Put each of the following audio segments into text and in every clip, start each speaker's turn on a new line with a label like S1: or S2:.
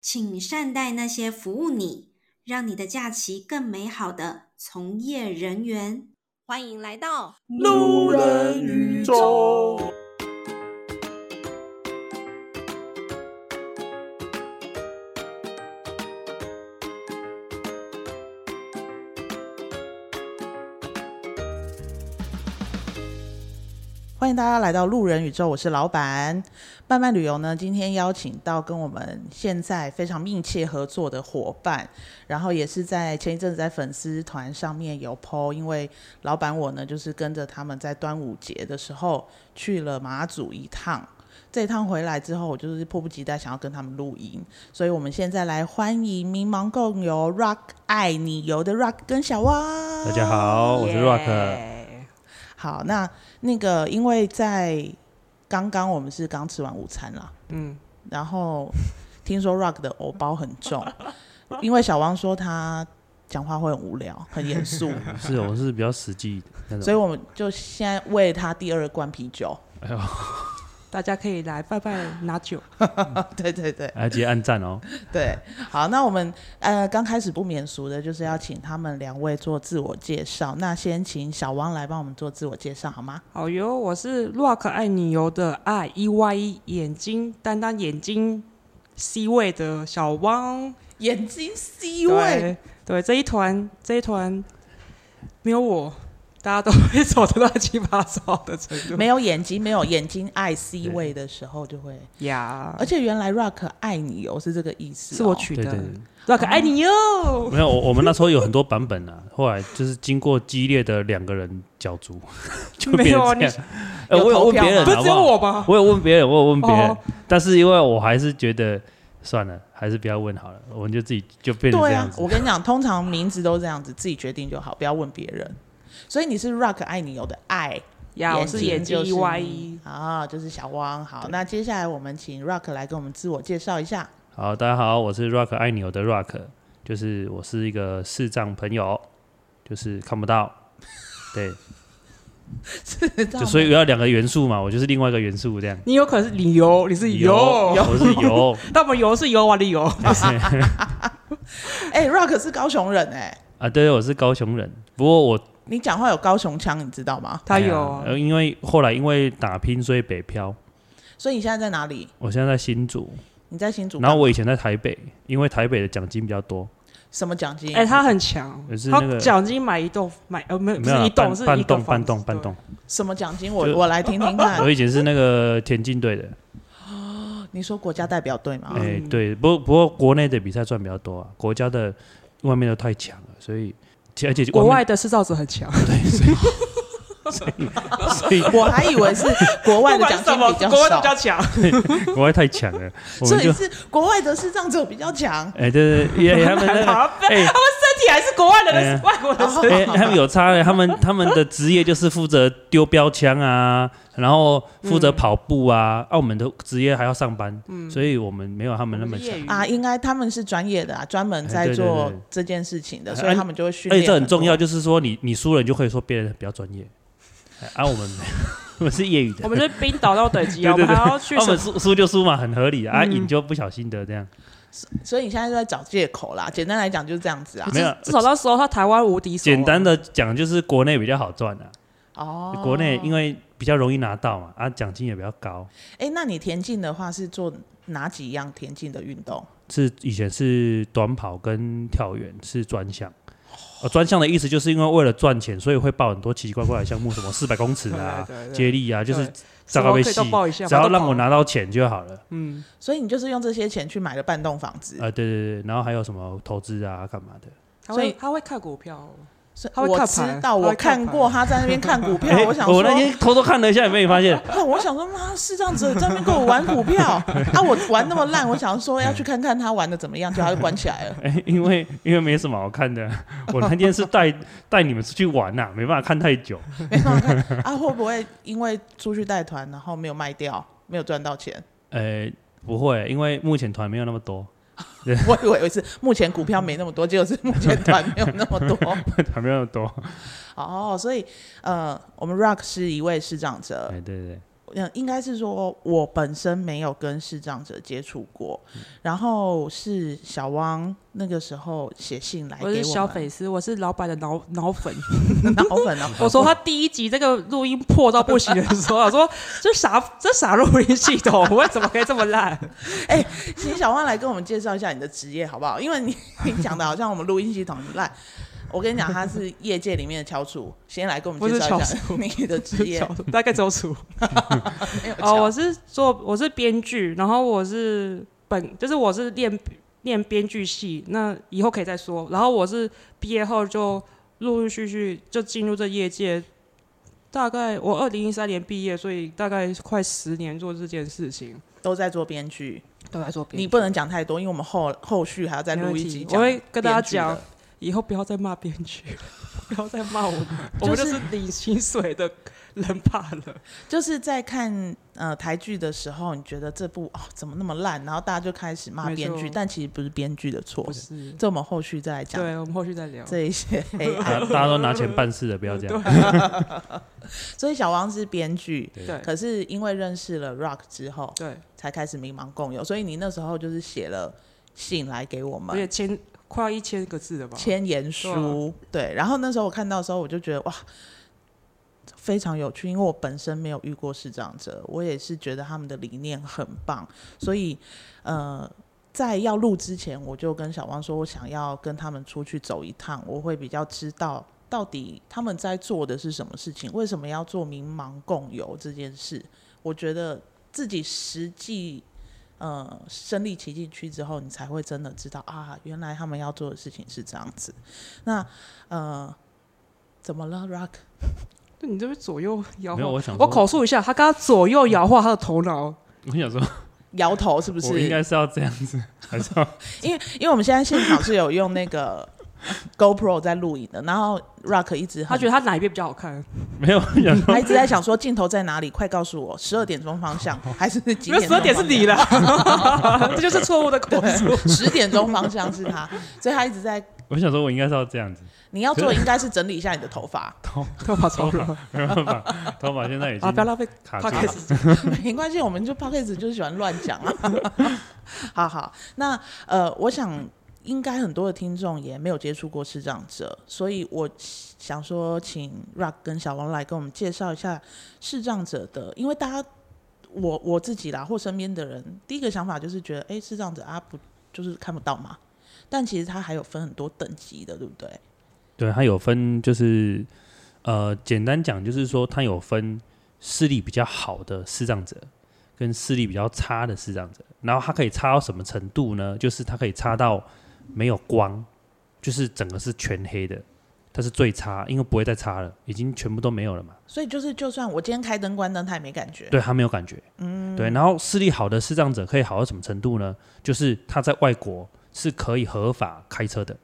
S1: 请善待那些服务你，让你的假期更美好的从业人员。欢迎来到
S2: 路人宇宙。欢迎大家来到路人宇宙，我是老板。慢慢旅游呢，今天邀请到跟我们现在非常密切合作的伙伴，然后也是在前一阵子在粉丝团上面有 PO，因为老板我呢就是跟着他们在端午节的时候去了马祖一趟，这一趟回来之后，我就是迫不及待想要跟他们录音，所以我们现在来欢迎迷茫共游 Rock 爱你游的 Rock 跟小蛙。
S3: 大家好，我是 Rock。
S2: 好，那那个因为在刚刚我们是刚吃完午餐啦，
S3: 嗯，
S2: 然后听说 Rock 的偶包很重，因为小王说他讲话会很无聊、很严肃，
S3: 是我是比较实际的那种，
S2: 所以我们就现在喂他第二罐啤酒。
S3: 哎呦，
S4: 大家可以来拜拜拿酒。
S2: 对对对
S3: 还要记得按赞哦。
S2: 对，好，那我们呃刚开始不免俗的就是要请他们两位做自我介绍。那先请小王来帮我们做自我介绍好吗？
S4: 好哟，我是 Rock 爱你游的爱 E Y E 眼睛担当眼睛 C 位的小汪。
S2: 眼睛 C
S4: 对
S2: 位，
S4: 对这一团这一团没有我，大家都会走得乱七八糟的程度。
S2: 没有眼睛，没有眼睛爱 C 位的时候就会。
S4: 呀，
S2: 而且原来 Rock 爱你哦，是这个意思哦、
S4: 是我取
S3: 对
S4: 的
S3: 对，
S4: Rock 爱你游。
S3: 对没有我我们那时候有很多版本啊， 后来就是经过激烈的两个人角逐，就变
S4: 没有啊
S3: 成这样。呃，我
S2: 有
S3: 有
S2: 投
S3: 问
S2: 票
S3: 别人，
S4: 不是
S3: 好
S4: 只
S3: 不
S4: 有
S3: 好？
S4: 我吧？
S3: 我有问别人，我有问别人
S4: 哦，
S3: 但是因为我还是觉得算了，还是不要问好了，我们就自己就变成这
S2: 对
S3: 样
S2: 啊，
S3: 子
S2: 我。跟你讲，通常名字都这样子，自己决定就好，不要问别人。所以你是 Rock 爱你有的爱，
S4: 呀，我是眼睛
S2: 就
S4: E
S2: 是
S4: Y
S2: 你
S4: E。
S2: 啊，就是小汪。好，那接下来我们请 Rock 来跟我们自我介绍一下。
S3: 好，大家好，我是 Rock 爱你有的 Rock，就是我是一个视障朋友，就是看不到，对，就所以要两个元素嘛，我就是另外一个元素这样。
S4: 你有可能是你游，你是游，
S3: 我是 油，
S4: 但我们游是游啊玩的游。
S3: 啊
S2: 哎、r o c k 是高雄人哎、
S3: 啊，对，我是高雄人。不过我
S2: 你讲话有高雄腔，你知道吗？
S4: 他
S3: 哎呀
S4: 有啊
S3: 呃因为后来因为打拼，所以北漂。
S2: 所以你现在在哪里？
S3: 我现在在新竹，
S2: 你在新竹干嘛？
S3: 然后我以前在台北，因为台北的奖金比较多，
S2: 什么奖金？
S4: 哎、他很强
S3: 也是，
S4: 他
S3: 那个
S4: 奖金买一栋，买呃没有，不
S3: 没有
S4: 是
S3: 啦
S4: 一栋，
S3: 半
S4: 是一
S3: 半
S4: 个
S3: 栋半
S4: 房子
S3: 栋半。栋。
S2: 什么奖金？我
S3: 就
S2: 我来听听看
S3: 我。以前是那个田径队的，
S2: 你说国家代表队
S4: 哦
S2: 吗？
S3: 哎，对，不过不过国内的比赛赚比较多啊，国家的外面都太强了，所以而且
S4: 对国外
S3: 面
S4: 的制造者很强，
S3: 所以
S2: 我还以为是国外
S4: 不
S2: 的
S4: 管
S2: 奖
S4: 什
S2: 金
S4: 么
S2: 比，较
S4: 国外都
S2: 少
S4: 比，较强。
S3: 国外太强 了，我
S2: 所
S3: 们
S2: 以
S3: 就是
S2: 国外的视障者比较强。
S3: 哎，对对对，也他们 那个
S4: 好笨，
S3: 哎。
S4: 身体还是国外人
S3: 哎
S4: 的
S3: 呀
S4: 外国人
S2: 然后
S4: 身体。
S3: 哎、他们有差嘞，他们他们的职业就是负责丢标枪啊，然后负责跑步啊，澳门的职业还要上班，
S4: 嗯
S3: 所以我们没有他们那么强。
S4: 余
S2: 啊，应该他们是专业的啊，专门
S3: 哎
S2: 在
S3: 对对
S2: 做
S3: 对
S2: 这件事情的，
S3: 哎
S2: 所以他们就会训
S3: 而
S2: 练。
S3: 且这很重要，，就是说你你输了，你就可以说别人比较专业，哎啊，我们 我们是业余的，
S4: 我们是冰岛到等级啊，我
S3: 对对
S4: 们
S3: 对
S4: 还要去
S3: 啊我
S4: 什
S3: 们
S4: 么？嗯
S3: 输输就输嘛，很合理啊，啊赢就不小心的这样，
S2: 所以你现在就在找借口啦。简单来讲就是这样子啊。
S3: 没有
S4: 至少那时候他台湾无敌手啊。
S3: 简单的讲就是国内比较好赚啊，
S2: 哦，
S3: 国内因为比较容易拿到嘛，啊，奖金也比较高。
S2: 哎，那你田径的话是做哪几样田径的运动？
S3: 是以前是短跑跟跳远是专项。呃，专项的意思就是因为为了赚钱，所以会报很多奇奇怪怪的项目，什 么四百公尺
S4: 对
S3: 啊、
S4: 对对
S3: 接力啊，就是
S4: 对
S3: 糟
S4: 什
S3: 糕
S4: 么
S3: 被
S4: 可以
S3: 戏
S4: 都报一下，
S3: 只要
S4: 都报
S3: 让我拿到钱就好了。
S4: 嗯，
S2: 所以你就是用这些钱去买了半栋房子。
S3: 啊、对对对，然后还有什么投资啊、干嘛的？
S4: 他
S2: 所
S4: 会
S2: 以
S4: 他会看股票哦，
S2: 所以
S4: 他会
S2: 我
S4: 看
S2: 知
S4: 盘
S2: 道，
S4: 他
S2: 我
S4: 会看
S2: 看过他在那边看股
S4: 啊
S2: 票，
S3: 诶
S2: 我想
S3: 我
S2: 说
S3: 那天偷偷看了一下，有没有发现？
S2: 那我想说，妈，视障者在那边跟我玩股票啊！我玩那么烂，我想说要去看看他玩的怎么样，结果他就关起来 了。
S3: 哎、因为因为没什么好看的， 我那天是带 带你们出去玩呐、啊没办法看太久。
S2: 没办法看啊，会不会因为出去带团，然后没有卖掉，没有赚到钱？
S3: 呃，不会，因为目前团没有那么多，
S2: 我以为是目前股票没那么多，结果是目前团没有那么多。
S3: 团没有那么多。
S2: 哦，所以呃，我们 Rock 是一位视障者
S3: 哎、，对对对，
S2: 嗯，应该是说我本身没有跟视障者接触过，然后是小汪那个时候写信来给
S4: 我是小粉
S2: 们，
S4: 丝，我是老板的脑 脑粉。，
S2: 脑粉哦
S4: 我说他第一集这个录音破到不行的时候，我说这啥这啥录音系统， 为什么可以这么烂？
S2: 请小汪来跟我们介绍一下你的职业好不好？因为你 你讲的好像我们录音系统很烂。我跟你讲，他是业界里面的翘楚，先来跟我们介绍一下 你的职 业。
S4: 大概周楚。
S2: 没有翘
S4: 哦，我是做我是编剧，然后我是本就是我是练练编剧系，那以后可以再说。然后我是毕业后就陆陆续续就进入这业界，大概我二零一三年毕业，所以大概快十年做这件事情，
S2: 都在做编剧，
S4: 都在做编
S2: 你不能讲太多，因为我们后后续还要再
S4: 没
S2: 录
S4: 问
S2: 一
S4: 题
S2: 集。
S4: 我会跟大家讲
S2: 编剧的，
S4: 以后不要再骂编剧， 不要再骂我们，我
S2: 就
S4: 们
S2: 是
S4: 就是领薪水的人罢了。
S2: 就是在看呃台剧的时候，你觉得这部哦怎么那么烂，然后大家就开始骂
S4: 没
S2: 编剧，
S4: 错
S2: 但其实不是编剧的错
S4: 不，是，
S2: 这我们后续再来讲
S4: 对，我们后续再聊。
S2: 这一 些黑
S3: 大家
S2: 暗。
S3: 大家都拿钱办事的，不要这样。
S2: 所以小王是编剧，
S4: 对
S2: 可是因为认识了 Rock 之后，
S4: 对，
S2: 才开始民盲共有，所以你那时候就是写了信来给我
S4: 而
S2: 们
S4: 且。千快要一千个字了吧？
S2: 千言书，对。然后那时候我看到的时候，我就觉得哇，非常有趣，因为我本身没有遇过视障者，我也是觉得他们的理念很棒，所以呃，在要录之前，我就跟小汪说，我想要跟他们出去走一趟，我会比较知道。到底他们在做的是什么事情？为什么要做民盲共游这件事？我觉得自己实际呃身历其境去之后，你才会真的知道啊，原来他们要做的事情是这样子。那呃，怎么了，Rock？
S4: 对你这边左右摇
S3: 没有，
S4: 晃。
S3: 我想
S4: 我
S3: 说，嗯
S4: 口述一下，他刚刚左右摇晃他的头脑，
S3: 我想说，
S2: 摇头是不是
S3: 我？应该是要这样子， 还是要
S2: 因为因为我们现在现场是有用那个 GoPro 在录影的，然后 Rock 一直
S4: 他觉
S2: 得
S4: 得他哪一边比较好看？
S3: 没有？我想
S2: 他
S3: 说
S2: 一直在想说镜头在哪里，快告诉我，十二点钟方 向还是几
S4: 因为
S2: 点？
S4: 十二点是你
S2: 了。
S4: 啦， 这就是错误的口述。
S2: 十点钟方向是他，所以他一直在。
S3: 我想说，我应该是要这样子。
S2: 你要做应该是整理一下你的头发，
S4: 头发超乱
S3: 没办法，头发现在已
S4: 啊！
S3: 经
S4: 不要浪费
S3: 卡住
S4: 他开
S3: 了。
S4: 始
S2: 没关系，我们就 p o d c a s 就喜欢乱讲啊。 好好，那呃，我想应该很多的听众也没有接触过视障者，所以我想说，请 Rock 跟小王来跟我们介绍一下视障者的，因为大家我我自己啦或身边的人，第一个想法就是觉得，哎、视障者啊不就是看不到嘛？但其实他还有分很多等级的，对不对？
S3: 对，它有分，就是呃，简单讲就是说，它有分视力比较好的视障者跟视力比较差的视障者。然后它可以差到什么程度呢？就是它可以差到没有光，就是整个是全黑的，它是最差，因为不会再差了，已经全部都没有了嘛。
S2: 所以就是，就算我今天开灯关灯，他也没感觉。
S3: 对他没有感觉。嗯，对。然后视力好的视障者可以好到什么程度呢？就是他在外国是可以合法开车的。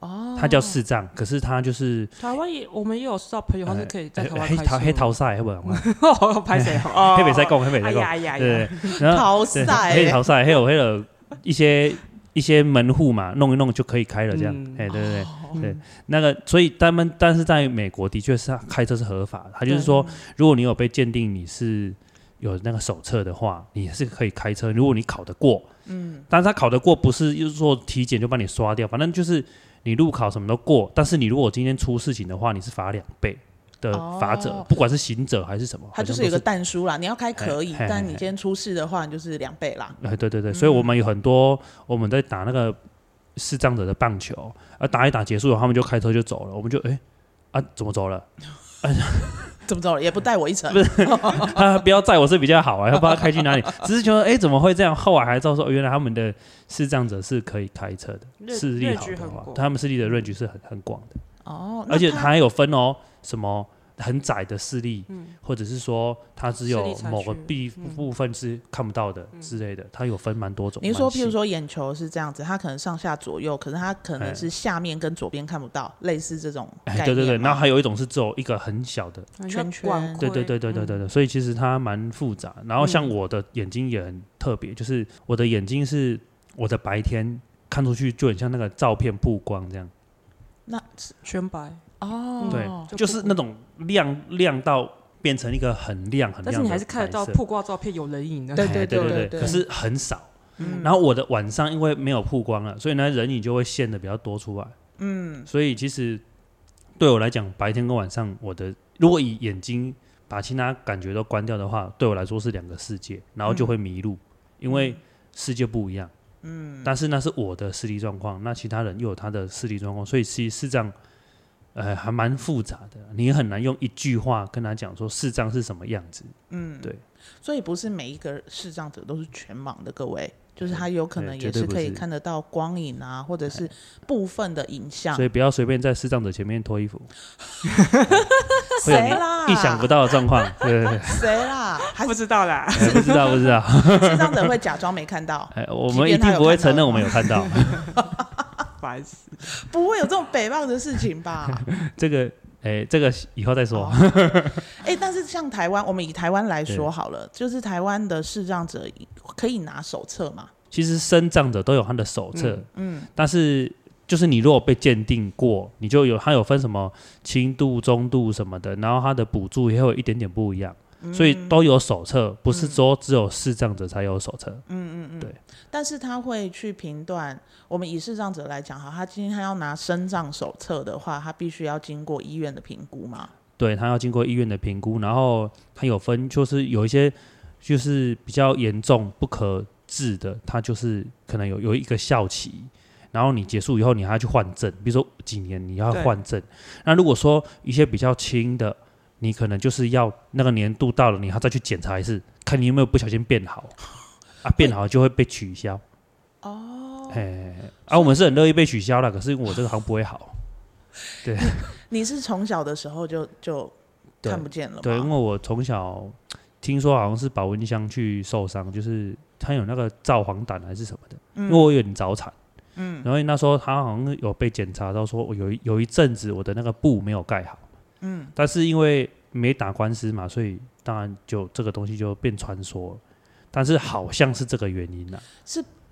S3: 哦，他叫视障，可是他就是
S4: 台湾也，我们也有识到朋友，他是可以在台湾
S3: 黑
S4: 开车
S3: 桃哎黑桃赛，黑不
S4: 哦，拍谁啊？
S3: 黑北赛共，黑北
S4: 哎
S3: 赛共
S4: 呀，哎呀，哎呀
S3: 对。然后
S2: 逃
S3: 对
S2: 赛、
S3: 黑
S2: 欸，
S3: 桃赛，还有还有一些一些门户嘛，弄一弄就可以开了，这样
S4: 嗯。
S3: 哎，对对
S2: 哦
S3: 对。
S4: 嗯
S3: 对那个，所以他们但是在美国的确是开车是合法的，他就是说，如果你有被鉴定你是有那个手册的话，你是可以开车。如果你考得过，嗯，但是他考得过不是就是说体检就把你刷掉，反正就是你路考什么都过，但是你如果今天出事情的话，你是罚两倍的罚则，
S2: 哦
S3: 不管是行者还是什么，
S2: 它
S3: 好
S2: 就是
S3: 像
S2: 有
S3: 都
S2: 个淡书啦，你要开可以
S3: 嘿嘿，
S2: 但你
S3: 嘿
S2: 今天出事的话，你就是两倍啦。
S3: 哎，对对
S4: 嗯
S3: 对，所以我们有很多我们在打那个视障者的棒球，啊，打一打结束了，他们就开车就走了，我们就哎、啊怎么走了？
S2: 怎么走也不带我一程，
S3: 他啊不要载我是比较好啊，要不知道开去哪里。只是觉得哎、怎么会这样？后来还知道说，哦原来他们的视障者是可以开车的，
S4: 略
S3: 视力好
S4: 略距
S3: 的
S4: 很
S3: 话，
S4: 广
S3: 他们视力的 range 是很很广的，
S2: 哦，那
S3: 而且
S2: 它
S3: 它还有分哦，什么很窄的视力，或者是说它只
S4: 嗯视
S3: 有
S4: 力差
S3: 某个
S4: 距嗯
S3: 地部分是看不到的之类的，它有分蛮多种。
S2: 你是说，
S3: 蛮细
S2: 譬如说眼球是这样子，它可能上下左右，可是它可能
S3: 哎
S2: 是下面跟左边看不到，类似这种
S3: 哎，
S2: 概念。
S3: 对对对，
S4: 哦
S3: 然后。还有一种是只有一个很小的，
S4: 很
S2: 圈
S4: 像
S2: 圈
S4: 晚
S3: 对对对
S4: 归
S3: 对对
S4: 嗯
S3: 对对，所以其实它蛮复杂。然后像
S2: 嗯
S3: 我的眼睛也很特别，就是我的眼睛是我的白天看出去就很像那个照片曝光这样，
S2: 那
S4: 全白，
S2: 哦，
S3: 对，就
S4: 就曝
S3: 是
S4: 光
S3: 那种亮亮到变成一个很亮很亮的白色，
S4: 但是你还是看得到曝光照片有人影的。
S2: 对
S3: 哎对
S2: 对
S3: 对
S2: 对
S3: 可是很少。然后我的晚上因为没有曝光了，所以呢人影就会现的比较多出来。嗯，所以其实对我来讲，白天跟晚上，我的如果以眼睛把其他感觉都关掉的话，对我来说是两个世界，然后就会迷路，因为世界不一样。嗯，但是那是我的视力状况，那其他人又有他的视力状况，所以其实视障，呃，还蛮复杂的，你很难用一句话跟他讲说视障是什么样子。
S2: 嗯所以不是每一个视障者都是全盲的，各位，就是他有可能
S3: 对
S2: 也
S3: 哎绝对
S2: 是
S3: 不
S2: 可以
S3: 是哎
S2: 看得到光影啊，或者是部分的影像
S3: 所。以不要随便在视障者前面脱衣服，会有
S2: 谁
S3: 你
S2: 啦？
S3: 意想不到的状 况。对对对，
S2: 谁啦？还
S4: 不
S2: 是
S4: 知道啦，
S3: 哎不知道不知道，，
S2: 视障者会假装没看到
S3: 哎，我
S2: 即
S3: 们
S2: 便
S3: 一
S2: 他
S3: 定
S2: 有
S3: 不会
S2: 看到
S3: 承
S2: 的
S3: 认我们有看到
S4: 烦死！
S2: 不会有这种诽谤的事情吧？
S3: 这个。哎，这个以后再说。
S2: 哎、哦但是像台湾，我们以台湾来说
S3: 对
S2: 好了，就是台湾的视障者可以拿手册嘛？
S3: 其实身障者都有他的手册，嗯，但是就是你如果被鉴定过，你就有他有分什么轻度、中度什么的，然后他的补助也会有一点点不一样，所以都有手册，不是说只有视障者才有手册。
S2: 但是他会去评断，我们以视障者来讲，哈，他今天他要拿身障手册的话，他必须要经过医院的评估嘛？
S3: 对他要经过医院的评估，然后他有分，就是有一些就是比较严重不可治的，他就是可能有有一个校期，然后你结束以后你还要去换证，比如说几年你要
S4: 对
S3: 换证。那如果说一些比较轻的，你可能就是要那个年度到了，你还要再去检查一次，看你有没有不小心变好啊，变好就会被取消。哦，哎，啊，我们是很乐意被取消了，可是我这个好像不会好。
S2: 你是从小的时候就就
S3: 对
S2: 看不见了吗？
S3: 对，因为我从小听说好像是保温箱去受伤，就是他有那个造黄疸还是什么的，因为我有点早产。嗯，然后那时候他好像有被检查到说，我哦有一有一阵子我的那个布没有盖好。嗯，但是因为没打官司嘛，所以当然就这个东西就变传说了。但是好像是这个原因啦、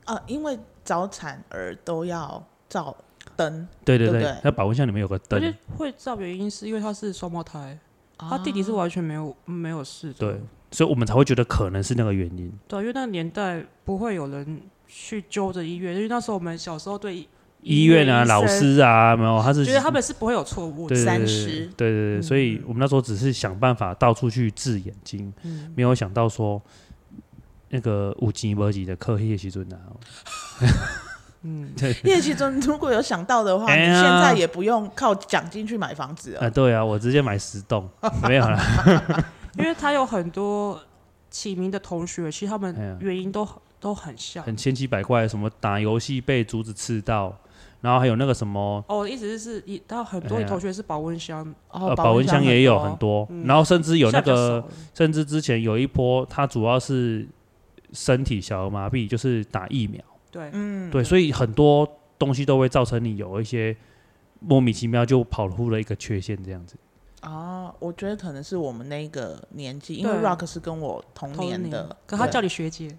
S3: 啊
S2: 呃，因为早产儿都要照灯，
S3: 对对
S2: 对
S3: 对，
S2: 不对
S3: 那保温箱里面有个
S4: 而
S3: 灯，
S4: 且会照原因是因为他是双胞胎，
S3: 哦
S2: 啊
S4: 他弟弟是完全没有没有事的。
S3: 对，所以我们才会觉得可能是那个原因。
S4: 对，因为那个年代不会有人去揪着医院，因为那时候我们小时候对
S3: 医院啊，
S4: 医生
S3: 老师啊，没有，他是
S4: 觉得他们是不会有错误的。
S3: 对对
S2: 三
S3: 对
S2: 十
S3: 对对对，所以我们那时候只是想办法到处去治眼睛，没有想到说那个五级波级的课业习准啊，
S4: 嗯，
S2: 叶其中如果有想到的话，
S3: 哎
S2: 你
S3: 呀
S2: 现在也不用靠奖金去买房子了。
S3: 啊对啊，我直接买十栋，没有啦，
S4: 因为他有很多起名的同学，其实他
S3: 哎呀
S4: 们原因都很都很像。
S3: 很千奇百怪，什么打游戏被竹子刺到，然后还有那个什么。
S4: 哦，我的意思是，一他很多
S3: 哎呀
S4: 同学是保温箱，
S2: 哦
S3: 呃，保温箱也有
S2: 很
S3: 很
S2: 多，
S3: 多，然后甚至有那
S4: 现在比较
S3: 个
S4: 少，了
S3: 甚至之前有一波，它主要是身体小儿麻痹，就是打疫苗。
S4: 对，
S2: 嗯，
S3: 对，所以很多东西都会造成你有一些莫名其妙就跑出了一个缺陷这样 子。
S2: 哦，我觉得可能是我们那个年纪，因为
S4: 对
S2: Rock 是跟我同
S4: 同
S2: 年
S4: 龄
S2: 的，
S4: 可他
S2: 对
S4: 叫你学姐，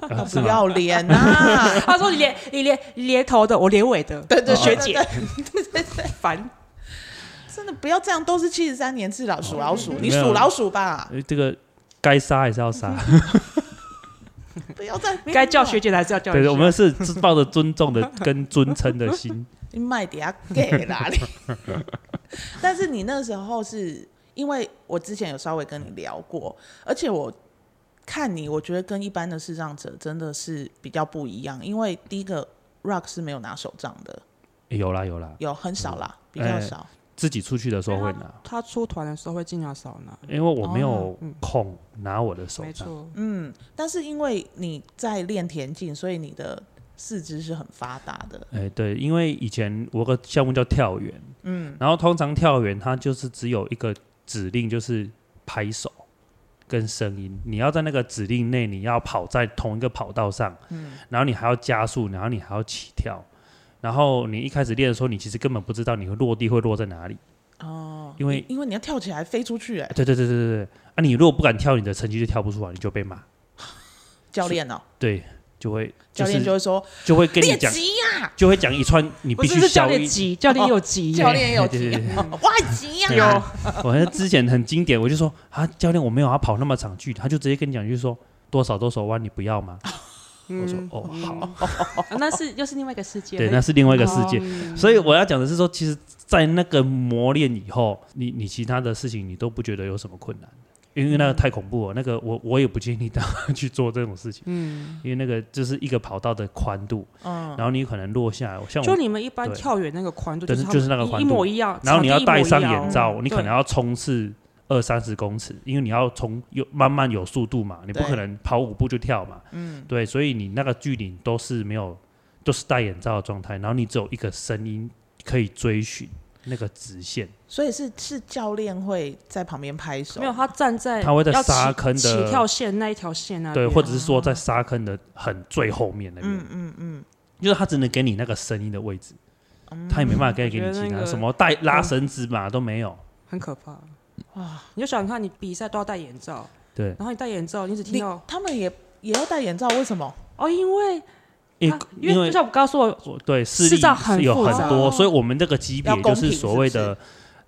S3: 啊是
S2: 不
S3: 吗？
S2: 要脸 啊！
S4: 他说你连你连你连头的，我连尾的，
S2: 对对，
S4: 学
S2: 对
S4: 姐，
S2: 对
S4: 烦。
S2: 真的不要这样，都是七十三年次老鼠老鼠，你
S3: 没有
S2: 属老鼠吧，
S3: 呃这个该杀还是要 杀，
S2: 不要再
S4: 该叫学，姐的还是要叫你
S3: 对，
S4: 学姐。
S3: 我们是是抱着尊重的跟尊称的心。
S2: 你卖底下给哪里？ 但是你那时候是因为我之前有稍微跟你聊过，而且我看你，我觉得跟一般的视障者真的是比较不一样，因为第一个 Rock 是没有拿手杖的，
S3: 诶有啦有啦，
S2: 有很少啦，比较
S3: 哎
S2: 少。
S3: 自己出去的时候会拿，
S4: 他出团的时候会尽量少拿，
S3: 因为我没有
S2: 啊哦
S3: 空拿我的手
S4: 没
S3: 杖。
S4: 错。
S2: 嗯，但是因为你在练田径，所以你的四肢是很发达的。
S3: 哎、对，因为以前我有个项目叫跳远，嗯，然后通常跳远它就是只有一个指令，就是拍手跟声音，你要在那个指令内，你要跑在同一个跑道上，嗯，然后你还要加速，然后你还要起跳，然后你一开始练的时候，你其实根本不知道你会落地会落在哪里，哦，因为
S2: 因为你要跳起来飞出去、哎，
S3: 对对对对啊对对，啊，你如果不敢跳，你的成绩就跳不出来，你就被骂，
S2: 教练哦、
S3: 对，就就会
S2: 教
S3: 就
S2: 练就是会说
S3: 就会跟你
S2: 练
S3: 讲，
S2: 级呀，
S3: 就会讲一串你
S4: 不
S3: 必须
S4: 是是教
S3: 消音
S4: 练。急，哦教练有急耶，
S2: 教练也 有啊
S3: 对对
S2: 急
S3: 对，
S2: 哇急呀，
S3: 对啊
S4: 有，
S3: 我还之前很经典，我就说啊，教练我没有要跑那么长距离，他就直接跟你讲，就是说多少多少弯你不要吗？我说
S4: 嗯
S3: 哦好，
S4: 啊那是又是另外一个世界了，哎
S3: 对，那是另外一个世界。
S4: 哦
S3: 所以我要讲的是说，其实，在那个磨练以后，你你其他的事情你都不觉得有什么困难，因为那个太恐怖了。那个我我也不建议大家去做这种事情，
S4: 嗯，
S3: 因为那个就是一个跑道的宽度，
S2: 嗯，
S3: 然后你可能落下来，像
S4: 就
S3: 我，
S4: 你们一般
S3: 对
S4: 跳远那个宽度，
S3: 对
S4: 是
S3: 就是
S4: 他们
S3: 那个宽
S4: 一
S3: 度
S4: 一模一样，
S3: 然后你要戴上眼
S4: 场
S3: 罩，
S4: 地一模一样
S3: 你可能要冲刺二三十公尺，因为你要从有慢慢有速度嘛，你不
S2: 对
S3: 可能跑五步就跳嘛，
S2: 嗯，
S3: 对，所以你那个距离都是没有，都是戴眼罩的状态，然后你只有一个声音可以追寻那个直线。
S2: 所以是是教练会在旁边拍手，
S4: 对没有他站在
S3: 他会在
S4: 要起
S3: 沙坑的
S4: 起跳线那一条线那
S3: 对，
S4: 边啊
S3: 或者是说在沙坑的很最后面那边，
S2: 嗯嗯嗯，
S3: 就是他只能给你那个声音的位置，
S2: 嗯
S3: 他也没办法给你给
S4: 我
S3: 你
S4: 觉得
S3: 其
S4: 那
S3: 他
S4: 个
S3: 什么带拉绳子嘛都没有。
S4: 很可怕啊！你就想看你比赛都要戴眼罩，
S3: 对，
S4: 然后你戴眼罩，你只听
S2: 你
S4: 到
S2: 他们也也要戴眼罩，为什么？
S4: 哦，因为
S3: 因
S4: 他因
S3: 因
S4: 为
S3: 为
S4: 就像我刚刚说的，
S3: 我对视
S4: 视
S3: 力
S4: 障很
S3: 是有
S4: 复哦
S3: 很
S2: 杂
S3: 多，所以我们这个级别
S2: 要公
S3: 就
S2: 平
S3: 是所谓
S2: 是
S3: 的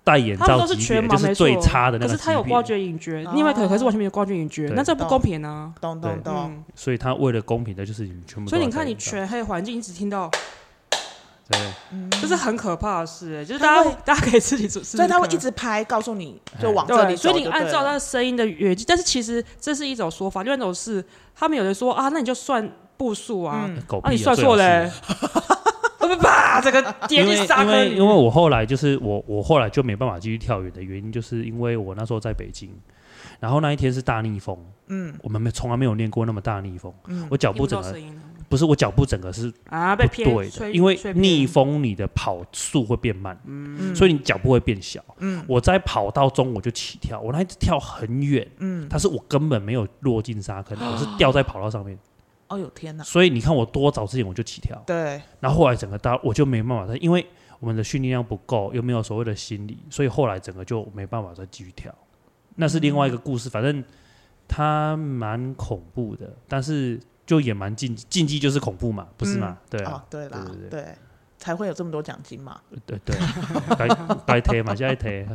S3: 戴眼
S4: 他们
S3: 罩
S4: 都
S3: 级
S4: 是
S3: 别，
S4: 全
S3: 就
S4: 盲，
S3: 是
S4: 没
S3: 最
S4: 错
S3: 差的那
S4: 可
S3: 个
S4: 是
S3: 级
S4: 他有挖
S3: 别。
S4: 掘影觉
S2: 哦，
S4: 另外可能可是完全没有挖掘影觉，
S3: 对
S4: 那这不公平啊！
S2: 懂懂
S3: 对
S2: 懂，
S4: 嗯，
S3: 所以他为了公平的，就是你们全部都
S4: 所以
S3: 要戴眼罩。
S4: 你看你全黑环境，你只听到，
S3: 对
S4: 这是很可怕的事欸，就是
S2: 他
S4: 大
S2: 会
S4: 家大家可以自己做，
S2: 所以他会
S4: 试试看
S2: 一直拍，告诉你就往这里
S4: 对，
S2: 走
S4: 所
S2: 就
S4: 以
S2: 对
S4: 你
S2: 了，
S4: 按照他的声音的远近，但是其实这是一种说法，另外一种是他们有人说啊，那你就算步数啊，
S2: 嗯
S3: 狗屁
S4: 啊
S3: 啊
S4: 你算错嘞、欸，会不会啪，这个跌
S3: 因为
S4: 进沙
S3: 因
S4: 坑
S3: 为
S4: 里
S3: 因为我后来就是我我后来就没办法继续跳远的原因，就是因为我那时候在北京，然后那一天是大逆风，嗯，我们没从来没有练过那么大逆风，我脚
S4: 嗯听不
S3: 步整
S4: 到
S3: 个
S4: 声音了
S3: 不是我脚步整个是
S4: 啊，被
S3: 不
S4: 骗
S3: 对的，
S4: 吹
S3: 因为
S4: 吹偏
S3: 逆风你的跑速会变慢，
S2: 嗯
S3: 所以你脚步会变小。
S2: 嗯
S3: 我在跑道中我就起跳，我那一次跳很远，
S2: 嗯，
S3: 但是我根本没有落进沙坑，我是
S4: 啊
S3: 掉在跑道上面，
S2: 哦呦天哪，
S3: 所以你看我多早之前我就起跳。
S2: 对，
S3: 然后后来整个大我就没办法再，因为我们的训练量不够，又没有所谓的心理，所以后来整个就没办法再继续跳。那是另外一个故事，反正它蛮恐怖的，但是就也蛮禁忌，禁忌就是恐怖嘛，不是
S4: 嗯
S3: 吗？对
S2: 哦
S3: 啊，
S2: 对啦
S3: 对对，
S2: 对，才会有这么多奖金嘛。
S3: 对对，该 该贴嘛，现在贴。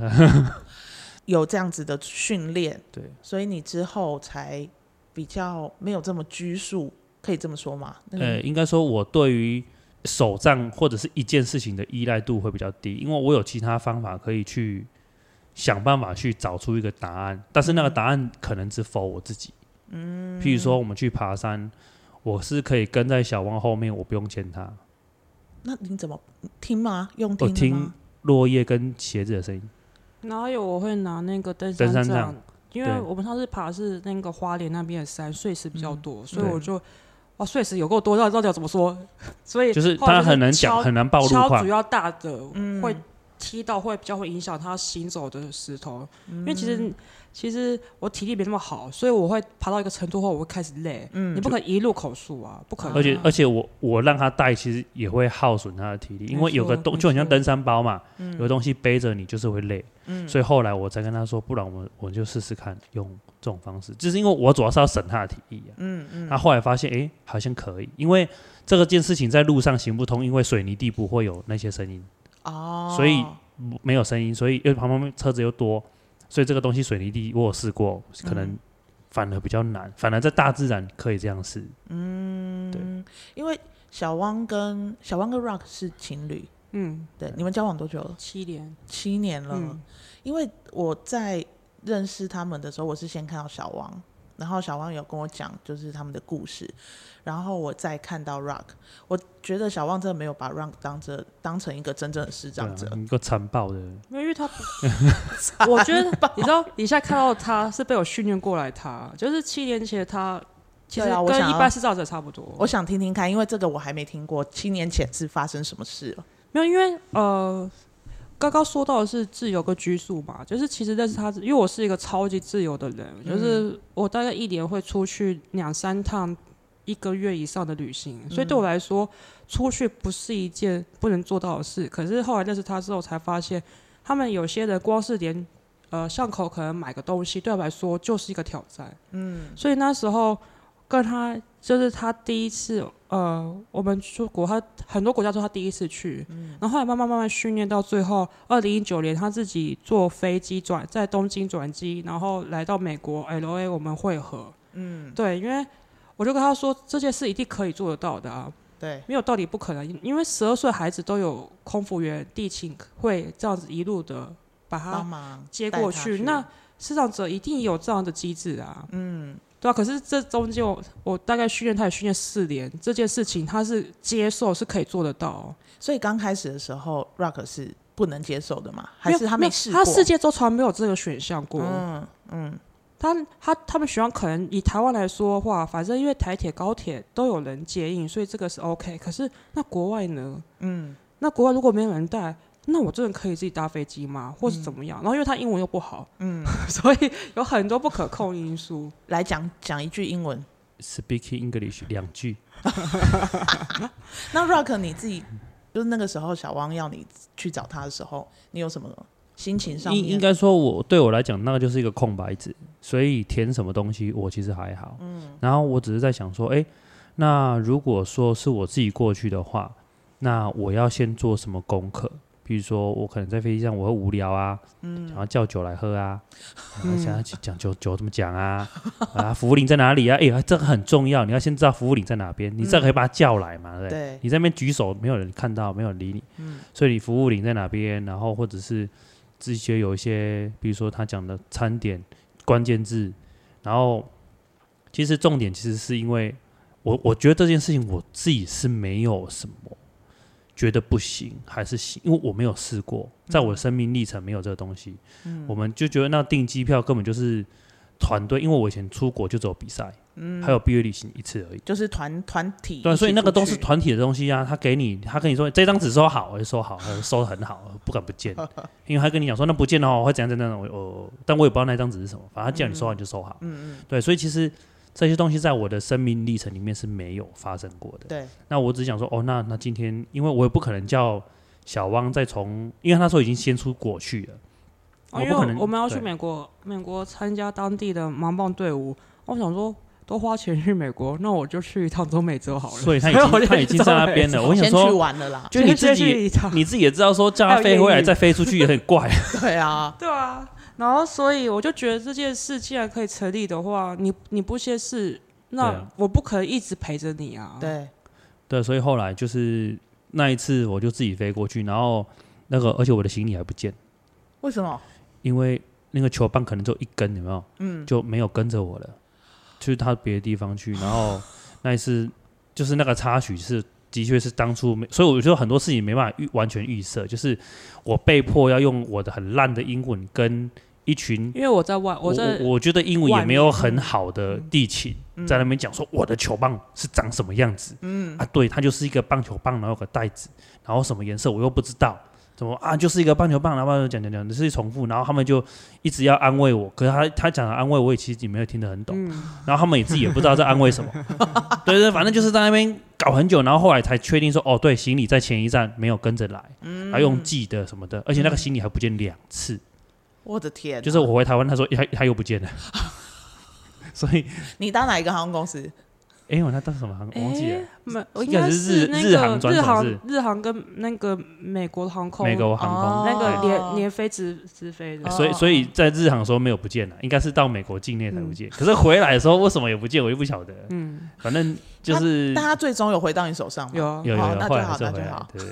S2: 有这样子的训练，
S3: 对，
S2: 所以你之后才比较没有这么拘束，可以这么说吗？那个
S3: 呃，应该说我对于手账或者是一件事情的依赖度会比较低，因为我有其他方法可以去想办法去找出一个答案，但是那个答案可能只否我自己。嗯，譬如说我们去爬山，我是可以跟在小汪后面，我不用牵他，
S2: 那你怎么听吗？用
S3: 我
S2: 听的
S3: 听
S2: 吗？
S3: 落叶跟鞋子的声音。
S4: 哪有我会拿那个登
S3: 登山
S4: 杖
S3: 杖？
S4: 因为
S3: 对
S4: 我们上次爬是那个花莲那边的山，碎石比较多，所以
S3: 嗯对
S4: 我就哇碎石有够多，到到底要怎么说？ 所以
S3: 就是
S4: 后来
S3: 他很难
S4: 敲
S3: 讲，很难暴露
S4: 敲
S3: 话
S4: 主。要大的，
S2: 嗯
S4: 会踢到会比较会影响他行走的石头，
S2: 嗯
S4: 因为其实其实我体力没那么好，所以我会爬到一个程度后我会开始累，
S2: 嗯
S4: 你不可能一路口述啊，不可能啊，
S3: 而且而且我我让他带，其实也会耗损他的体力，因为有个
S4: 没错
S3: 东
S4: 没
S3: 就很像
S4: 错嗯
S3: 登山包嘛，有个东西背着你就是会累。所以后来我才跟他说，不然我我就试试看用这种方式，就是因为我主要是要省他的体力啊。
S2: 嗯嗯，
S3: 那后来发现，哎、好像可以，因为这个件事情在路上行不通，因为水泥地不会有那些声音，
S2: 哦，
S3: 所以没有声音，所以因为旁边车子又多，所以这个东西水泥地我有试过，可
S4: 嗯
S3: 能反而比较难，反而在大自然可以这样试。
S2: 因为小汪跟小汪跟 Rock 是情侣，
S4: 嗯，
S2: 对，你们交往多久了？
S4: 七连，
S2: 七年了。
S4: 嗯
S2: 因为我在认识他们的时候，我是先看到小王，然后小王有跟我讲就是他们的故事，然后我再看到 Rock，我觉得小王真的没有把 Rock 当着当成一个真正的视
S3: 对
S2: 障
S3: 啊
S2: 者，，
S3: 一个残暴的，
S4: 因为他不， 我觉得你知道，你现在看到他是被我训练过来他，就是七年前的他其实
S2: 对啊我
S4: 跟
S2: 想
S4: 一
S2: 要
S4: 般视障者差不多，
S2: 我想听听看，因为这个我还没听过，七年前是发生什么事了？
S4: 没有，因为呃，刚刚说到的是自由跟拘束嘛，就是其实认识他是，因为我是一个超级自由的人，就是我大概一年会出去两三趟一个月以上的旅行，所以对我来说，出去不是一件不能做到的事。可是后来认识他之后，才发现他们有些人光是连呃巷口可能买个东西，对我来说就是一个挑战。嗯，所以那时候。跟他就是他第一次呃，我们出国，他很多国家都是他第一次去，然后后来慢慢慢慢训练到最后，二零一九年他自己坐飞机转在东京转机，然后来到美国 L A 我们会合，嗯，对，因为我就跟他说这件事一定可以做得到的啊，
S2: 对，
S4: 没有道理不可能，因为十二岁孩子都有空服员、地勤会这样子一路的把他
S2: 帮忙
S4: 接
S2: 带
S4: 过
S2: 他
S4: 去，那市场者一定有这样的机制啊，
S2: 嗯，
S4: 对啊。可是这中间我我大概训练他也训练四年，这件事情他是接受是可以做得到哦、
S2: 所以刚开始的时候，Rock 是不能接受的嘛，
S4: 没
S2: 还
S4: 有
S2: 是他
S4: 没
S2: 没
S4: 有
S2: 试过？
S4: 他世界周从来没有这个选项过。
S2: 嗯嗯，
S4: 他他他们学校可能以台湾来说的话，反正因为台铁、高铁都有人接应，所以这个是 OK。可是那国外呢？嗯，那国外如果没有人带，那我真的可以自己搭飞机吗？或是
S3: 嗯
S4: 怎么样？然后因为他英文又不好，嗯， 所以有很多不可控因素。
S2: 来讲讲一句英文。
S3: Speaking English 两句，
S2: 那 Rock 你自己就是那个时候小汪要你去找他的时候，你有什么心情上
S3: 应
S2: 面？
S3: 应该说我对我来讲，那个就是一个空白纸，所以填什么东西我其实还好。嗯，然后我只是在想说，哎、那如果说是我自己过去的话，那我要先做什么功课？比如说，我可能在飞机上我会无聊啊，
S2: 嗯
S3: 想要叫酒来喝啊，然后想要去讲酒酒怎么讲 啊，啊，服务领在哪里啊？哎、这个很重要，你要先知道服务领在哪边，你这可以把他叫来嘛，对不对？
S2: 对，
S3: 你在那边举手，没有人看到，没有人理你，所以你服务领在哪边，然后或者是这些有一些，比如说他讲的餐点关键字，然后其实重点其实是因为我我觉得这件事情我自己是没有什么觉得不行还是行，因为我没有试过，在我的生命历程没有这个东西，我们就觉得那订机票根本就是团队，因为我以前出国就只有比赛，还有毕业旅行一次而已。
S2: 就是团团体一起出去。
S3: 对，所以那个都是团体的东西啊。他给你，他跟你说这张纸收好，我就收好，他收的很好，不敢不见，因为他跟你讲说那不见的话我会怎样怎样。怎样我我，但我也不知道那张纸是什么，反正他叫你收好你就收好。嗯嗯。对，所以其实这些东西在我的生命历程里面是没有发生过的。
S2: 对，
S3: 那我只想说，哦，那那今天，因为我也不可能叫小汪再从，因为他那时候已经先出国去了，
S4: 哦、
S3: 我
S4: 因
S3: 不可
S4: 为
S3: 能
S4: 我们要去
S3: 对
S4: 美国，美国参加当地的盲棒队伍，我想说都花钱去美国，那我就去一趟中美 洲好了。
S3: 所以他已
S4: 我
S3: 经
S4: 就
S3: 他已经
S4: 去
S3: 在
S4: 中
S3: 那
S4: 美
S3: 边 了。
S4: 洲
S3: 我想
S2: 先去
S3: 说，
S2: 玩了 啦。
S3: 就你自
S4: 先去
S3: 己。
S4: 一趟，
S3: 你自己也知道，说叫他
S4: 还有
S3: 飞回
S4: 艳
S3: 来
S4: 遇
S3: 再飞出去也很怪，
S2: 对啊，
S4: 对啊，然后所以我就觉得这件事既然可以成立的话，你你不些事，
S3: 对
S4: 那
S3: 啊
S4: 我不可能一直陪着你啊。，
S2: 对，
S3: 对，所以后来就是那一次，我就自己飞过去，然后那个，而且我的行李还不见，
S2: 为什么？
S3: 因为那个球棒可能只有一根，有没有？嗯，就没有跟着我了，去他别的地方去。然后那一次就是那个插曲是，的确是当初没，所以我觉得很多事情没办法预完全预设，就是我被迫要用我的很烂的英文跟一群
S4: 因为我在外，
S3: 我
S4: 在
S3: 我觉得英文也没
S4: 外
S3: 有
S4: 面
S3: 很好的地勤，在那边讲说我的球棒是长什么样子，嗯啊，对，它就是一个棒球棒，然后有个袋子，然后什么颜色我又不知道，怎么啊，就是一个棒球棒，然后讲讲讲，只是重复，然后他们就一直要安慰我，可是他他讲的安慰我也其实也没有听得很懂，然后他们也自己也不知道在安慰什 么，对对，反正就是在那边搞很久，然后后来才确定说，哦，对，行李在前一站没有跟着来，还用寄的什么的，而且那个行李还不见两次。
S2: 我的天啊，
S3: 就是我回台湾，他说哎他他又不见 了，所以
S2: 你搭哪一个航空公司？
S3: 哎、我那当时什么航空我忘记
S2: 哎
S3: 了，
S4: 没，我
S3: 应
S4: 应
S3: 该
S4: 该
S3: 是日
S4: 那
S3: 日航
S4: 个
S3: 转
S4: 日
S3: 手
S4: 航
S3: 是
S4: 日航跟那个美国航空
S3: 美国航空。
S4: 那个
S2: 哦
S4: 连连飞直直飞的
S2: 哦，
S3: 所以，所以在日航的时候没有不见了，应该是到美国境内才不
S2: 嗯
S3: 见。可是回来的时候为什么也不见，我就不晓得。
S4: 嗯，
S3: 反正就是
S2: 但他最终有回到你手上吗？
S4: 有啊。
S3: 有有有，
S2: 好那就
S3: 后来还
S2: 好
S3: 是
S2: 那
S3: 回
S2: 就
S3: 来
S2: 好。
S3: 对，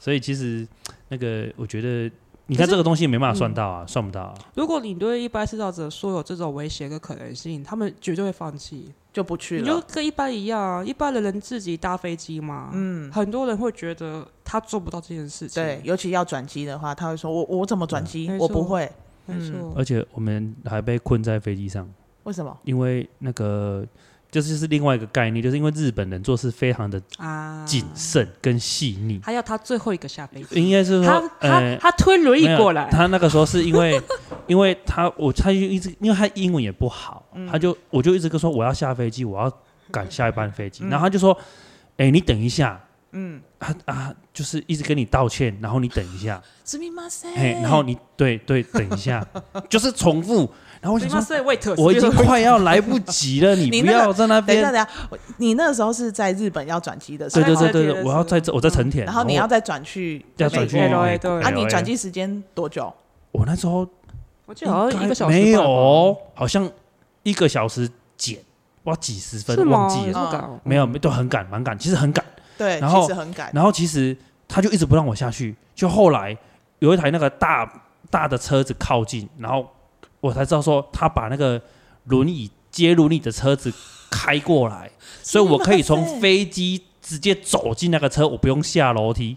S3: 所以其实那个我觉得，你看这个东西没
S2: 嗯
S3: 办法算到啊，算不到啊。
S4: 如果你对一般制造者说有这种危险跟可能性，他们绝对会放弃。
S2: 就不去
S4: 你就
S2: 了。
S4: 跟一般一样啊，一般的人自己搭飞机嘛，嗯，很多人会觉得他做不到这件事情，
S2: 对，，尤其要转机的话，他会说：“我我怎么转机？
S4: 没
S2: 我
S4: 错
S2: 不会，
S4: 没
S2: 嗯
S4: 错，
S3: 而且我们还被困在飞机上，
S2: 为什么
S3: 因为那个这就是另外一个概念，就是因为日本人做事非常的
S4: 啊，
S3: 谨慎跟细腻，
S4: 还要他最后一个下飞机，
S3: 应该是
S4: 他
S3: 说，
S4: 他
S3: 呃，
S4: 他推轮椅
S3: 没有
S4: 过来，
S3: 他那个时候是因为，因为他我他就一直，因为他英文也不好，他就我就一直跟说我要下飞机，我要赶下一班飞机，然后他就说，哎、你等一下，
S2: 嗯，
S3: 啊啊，就是一直跟你道歉，然后你等一下，
S2: すみません
S3: 嘿，然后你对对等一下，就是重复。然后我
S4: 所
S3: 想
S4: 以他
S3: 说，
S4: 是 wait，
S3: 我已经快要来不及了，你
S2: 你
S3: 不
S2: 那个
S3: 要在那
S2: 等一下，
S3: 边。
S2: 等一下，我你那时候是在日本要转机的时
S3: 对
S2: 候，
S3: 对对
S4: 在
S3: 对
S4: 别
S3: 对，
S4: 的
S3: 我要
S4: 是
S3: 在这，我在成田，
S2: 然后你要再转去
S3: 要
S2: 美
S3: 转去
S2: 国
S4: 美国
S3: 美
S4: 对
S3: 国
S4: 对
S2: 啊，
S3: 对
S2: 你
S3: 对
S2: 转机时间多久？
S3: 我那时候
S4: 我记得好像一个小时
S3: 没
S4: 半吧
S3: 有哦，好像一个小时减，哇，几十分
S4: 是吗？
S3: 忘记
S4: 也这
S3: 了，
S4: 么赶哦
S3: 没有，都很赶，蛮赶，其实很赶。
S2: 对，
S3: 然后
S2: 其实很赶。
S3: 然后其实他就一直不让我下去，就后来有一台那个大大的车子靠近，然后我才知道说他把那个轮椅接轮椅的车子开过来，所以我可以从飞机直接走进那个车，我不用下楼梯，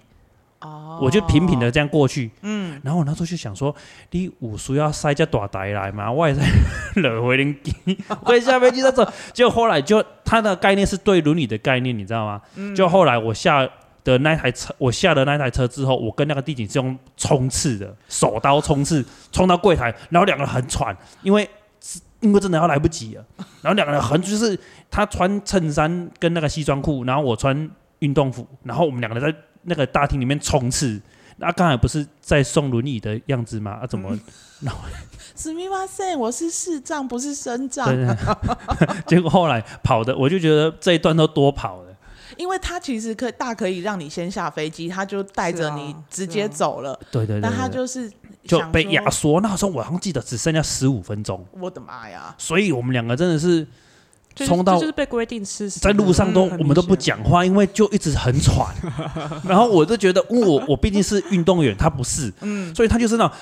S2: 哦，
S3: 我就平平的这样过去。
S2: 嗯，
S3: 然后我那时候就想说，你武叔要塞只大台来嘛，我也在 惹回零机，我也下飞机再走。结果后来就他的概念是对轮椅的概念，你知道吗？就后来我下的那台车，我下了那台车之后，我跟那个地景是用冲刺的，手刀冲刺，冲到柜台，然后两个人很喘，因为因为真的要来不及了。然后两个人很就是他穿衬衫跟那个西装裤，然后我穿运动服，然后我们两个人在那个大厅里面冲刺。那刚才不是在送轮椅的样子吗？啊，怎么？
S2: すみません，我是视障，不是身障。
S3: 对 对结果后来跑的，我就觉得这一段都多跑了。
S2: 因为他其实可大可以让你先下飞机，他就带着你
S4: 是啊
S2: 直接走了，
S3: 对对对
S2: 但他
S3: 对
S2: 就是
S3: 就
S2: 想
S3: 被
S2: 说
S3: 压缩。那时候我好像记得只剩下十五分钟，
S2: 我的妈呀！
S3: 所以我们两个真的是
S4: 就是
S3: 冲到
S4: 这就是被规定吃死的，嗯
S3: 在路上都、
S4: 很
S3: 我们都不
S4: 明显。
S3: 讲话，因为就一直很 喘。然后我就觉得，因为我我毕竟是运动员，他不是，
S2: 嗯，
S3: 所以他就是那种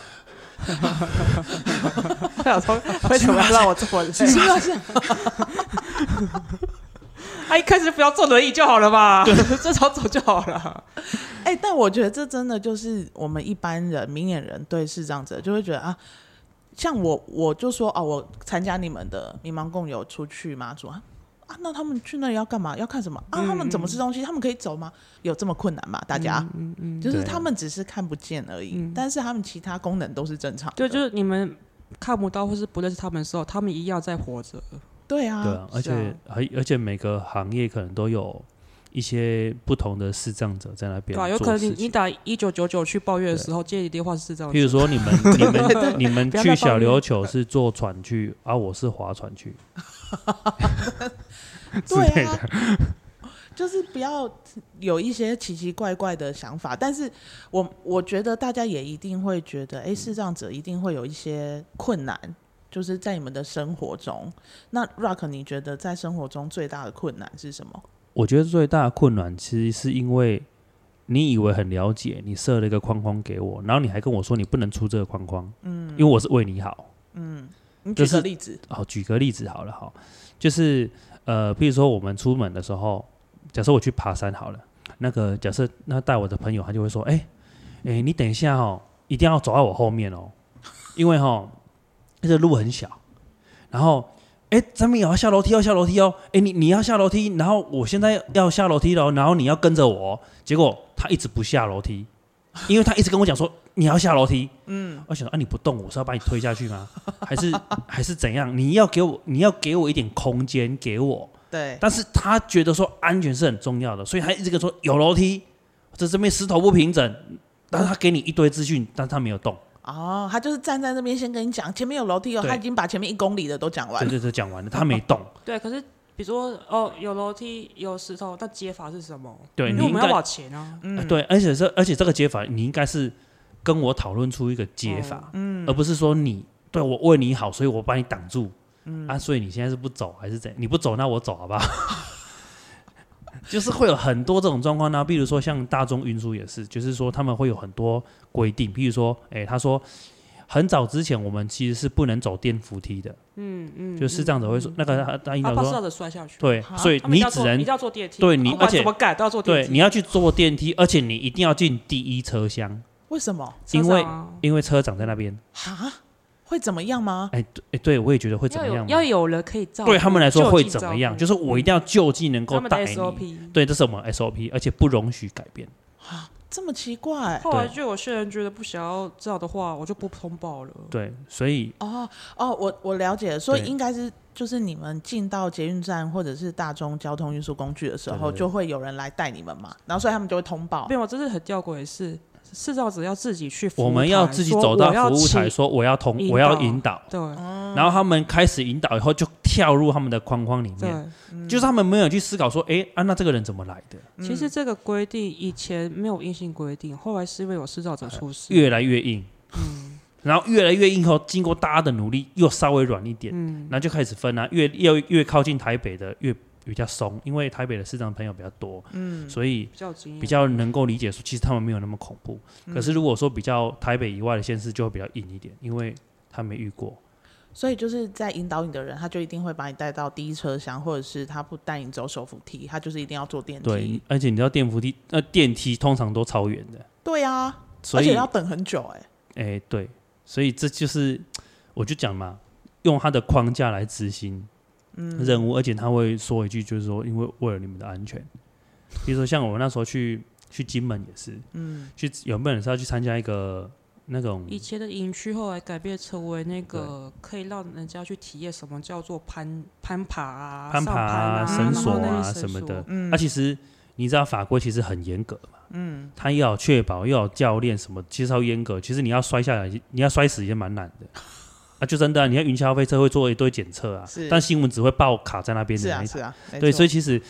S4: 我想说
S2: 为什么要让我这么 累？是不是？
S4: 啊他一开始不要坐轮椅就好了吧， 正常走就好了。
S2: 哎、但我觉得这真的就是我们一般人、明眼人对视障者就会觉得啊，像我，我就说哦，我参加你们的迷茫共游出去嘛，说啊啊，那他们去那里要干嘛？要看什么啊？他们怎么吃东西？他们可以走吗？有这么困难吗？大家，
S4: 嗯嗯，
S2: 就是
S3: 对
S2: 他们只是看不见而已，但是他们其他功能都是正常的。
S4: 对，就是你们看不到或是不认识他们的时候，他们一样在活着。
S2: 对啊，
S3: 对啊，而
S4: 是啊
S3: 且而、而且每个行业可能都有一些不同的视障者在那边
S4: 对啊，有可
S3: 做
S4: 能你
S3: 事
S4: 你
S3: 情。
S4: 打一九九九去抱怨的时候，接你电话是这样子。
S3: 譬如说你们你 们你们
S4: 不要再
S3: 去
S4: 抱
S3: 小
S4: 怨
S3: 琉球是坐船去，啊，我是划船去， 之
S2: 对
S3: 类
S2: 啊，就是不要有一些奇奇怪怪的想法。但是我我觉得大家也一定会觉得，哎、
S3: 嗯
S2: 视障者一定会有一些困难，就是在你们的生活中。那 Rock，你觉得在生活中最大的困难是什么？
S3: 我觉得最大的困难其实是因为你以为很了解，你设了一个框框给我，然后你还跟我说你不能出这个框框，嗯，因为我是为你好。
S2: 你
S3: 就
S2: 举
S3: 是
S2: 个例子，
S3: 好，哦举个例子好了，好，就是呃，比如说我们出门的时候，假设我去爬山好了，那个假设那带我的朋友，他就会说，哎、哎、你等一下哦，一定要走在我后面哦，因为哈，这路很小，然后。哎，咱们也要下楼梯，要下楼梯哦！哎，你你要下楼梯，然后我现在要下楼梯了哦，然后你要跟着我哦。结果他一直不下楼梯，因为他一直跟我讲说你要下楼梯。嗯，我想说啊，你不动，我是要把你推下去吗？还是还是怎样？你要给我，你要给我一点空间给我。
S2: 对，
S3: 但是他觉得说安全是很重要的，所以他一直跟说有楼梯，这这边石头不平整。但是他给你一堆资讯，但他没有动。
S2: 哦，他就是站在那边先跟你讲，前面有楼梯哦，
S3: 对
S2: 他已经把前面一公里的都讲完
S3: 对对
S2: 了。
S3: 对，讲完了，他没动。
S4: 对，可是比如说哦，有楼梯，有石头，那解法是什么？
S3: 对
S4: 因
S3: 你
S4: 为我
S3: 应
S4: 们要
S3: 该
S4: 往前啊。
S2: 嗯，
S3: 呃对，而且这而且这个解法，你应该是跟我讨论出一个解
S4: 哦
S3: 法，
S4: 嗯
S3: 而不是说你对我为你好，所以我把你挡住。
S4: 嗯
S3: 啊，所以你现在是不走还是怎样？你不走，那我走好不好？ 就是会有很多这种状况呢，比如说像大众运输也是，就是说他们会有很多规定，比如说，哎、他说很早之前我们其实是不能走电扶梯的，
S4: 嗯嗯，
S3: 就是这样子会说、那个他他应
S4: 他
S3: 该
S4: 怕是要
S3: 说
S4: 的摔下去。
S3: 对，
S2: 啊
S3: 所以
S4: 他们一
S3: 你
S4: 定要
S3: 只
S4: 坐
S3: 能
S4: 一定要坐电梯，
S3: 对你
S4: 不管
S3: 而且
S4: 怎么改都要坐电
S3: 对
S4: 梯。
S3: 你要去坐电梯，而且你一定要进第一车厢，
S2: 为什么？
S4: 车
S3: 因为
S4: 上啊
S3: 因为车长在那边。
S2: 哈，会怎么样吗？
S3: 哎、对，哎对我也觉得会怎么
S4: 要有
S3: 样
S4: 要
S3: 嘛？
S4: 有人可以照顾，
S3: 对他们来说
S4: 就
S3: 会
S4: 近
S3: 怎
S4: 照
S3: 么样？
S4: 顾
S3: 就是我一定要就近能
S4: 他
S3: 够
S4: 们的
S3: 带你。
S4: SOP。
S3: 对，这是我们 SOP，而且不容许改变。
S2: 这么奇怪
S4: 后来就有些人觉得不想要这样的话，我就不通报了。
S3: 对，所以
S2: 哦哦，我我了解了，所以
S3: 对
S2: 应该是就是你们进到捷运站或者是大众交通运输工具的时候，
S3: 对对对
S2: 就会有人来带你们嘛，然后所以他们就会通报
S4: 没。有，这是很吊诡的事。视障者要自己去服务台，
S3: 我们要自己
S4: 说
S3: 走
S4: 我
S3: 到
S4: 要
S3: 服务台，
S4: 请
S3: 说我要同
S4: 引
S3: 我要
S4: 导嗯
S3: 引导，
S4: 对
S3: 然后他们开始引导以后就跳入他们的框框里
S4: 对
S3: 面，，
S4: 嗯
S3: 就是他们没有去思考说，哎啊，那这个人怎么来的？
S4: 其实这个规定以前没有硬性规定，后来是因为有视障者出事，
S3: 越来越硬，
S2: 嗯
S3: 然后越来越硬后，经过大家的努力又稍微软一点，
S2: 嗯
S3: 然后就开始分啊，越越越靠近台北的越比较松，因为台北的市长朋友比较多，嗯，所以
S4: 比较经验
S3: 比较能够理解说，其实他们没有那么恐怖。
S2: 嗯
S3: 可是如果说比较台北以外的县市，就会比较硬一点，因为他没遇过。
S2: 所以就是在引导你的人，他就一定会把你带到第一车厢，或者是他不带你走手扶梯，他就是一定要坐电
S3: 对
S2: 梯。，
S3: 而且你知道电扶梯、呃电梯通常都超远的，
S2: 对啊，
S3: 所
S2: 而
S3: 以
S2: 且要等很久哎、
S3: 哎、对，所以这就是我就讲嘛，用它的框架来执行任务，而且他会说一句，就是说，因为为了你们的安全，比如说像我们那时候去去金门也是，嗯，去有没有人是要去参加一个那种
S4: 以前的营区后来改变成为那个可以让人家去体验什么叫做攀攀爬啊、
S3: 攀爬
S4: 上
S3: 啊、
S4: 啊、
S3: 绳索
S4: 然后那
S3: 啊
S4: 些绳
S3: 什么的
S4: 索。，
S3: 嗯，那、其实你知道法规其实很严格嘛，嗯，他又要确保，又要教练什么，其实要严格。其实你要摔下来，你要摔死也蛮难的。啊，就真的、啊，你看云霄飞车会做一堆检测啊
S2: 是，
S3: 但新闻只会报卡在那边的
S2: 是
S3: 那
S2: 啊
S3: 一
S2: 是啊，
S3: 对，所以
S2: 以
S3: 其实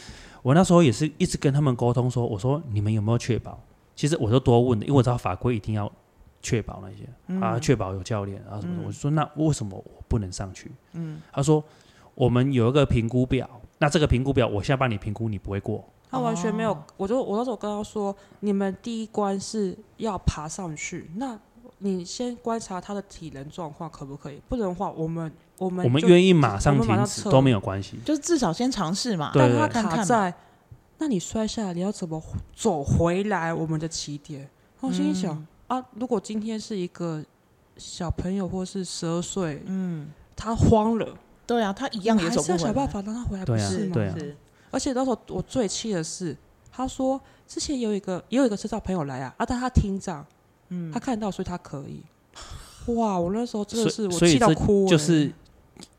S3: 我那时候也是一直跟他们沟通说，我说你们有没有确保？其实我都多问的，因为我知道法规一定要确保那些、
S4: 嗯
S3: 啊，确保有教练啊什么的。我就说那为什么我不能上去？嗯，他说我们有一个评估表，那这个评估表我现在帮你评估，你不会过。
S4: 他完全没有，我就我那时候跟他说，你们第一关是要爬上去，那你先观察他的体能状况可不可以，不能的话，我们我们
S3: 我们
S4: 就
S3: 愿意马上
S4: 我们马
S3: 停
S4: 上
S3: 止
S4: 撤
S3: 都没有关系。
S2: 啊就是至少先尝试嘛。
S3: 对
S4: 但他
S2: 看看
S4: 卡
S2: 嘛
S4: 在，那你摔下来，你要怎么走回来我们的起点？然后我心里想、
S2: 嗯
S4: 啊，如果今天是一个小朋友或是十二岁，嗯，他慌了，
S2: 对啊，他一样也
S4: 还
S2: 走
S4: 是要
S2: 不回
S4: 想办
S2: 来。
S4: 法让他回来，
S3: 对啊
S4: 不是吗？
S3: 对啊
S2: 是
S4: 而且那时候我最气的是，他说之前有一个也有一个车照朋友来啊，啊，但他听障，嗯，他看到，所以他可以。哇！我那时候真的是
S3: 所以
S4: 我
S3: 所以
S4: 气到
S3: 这
S4: 哭、欸，
S3: 就是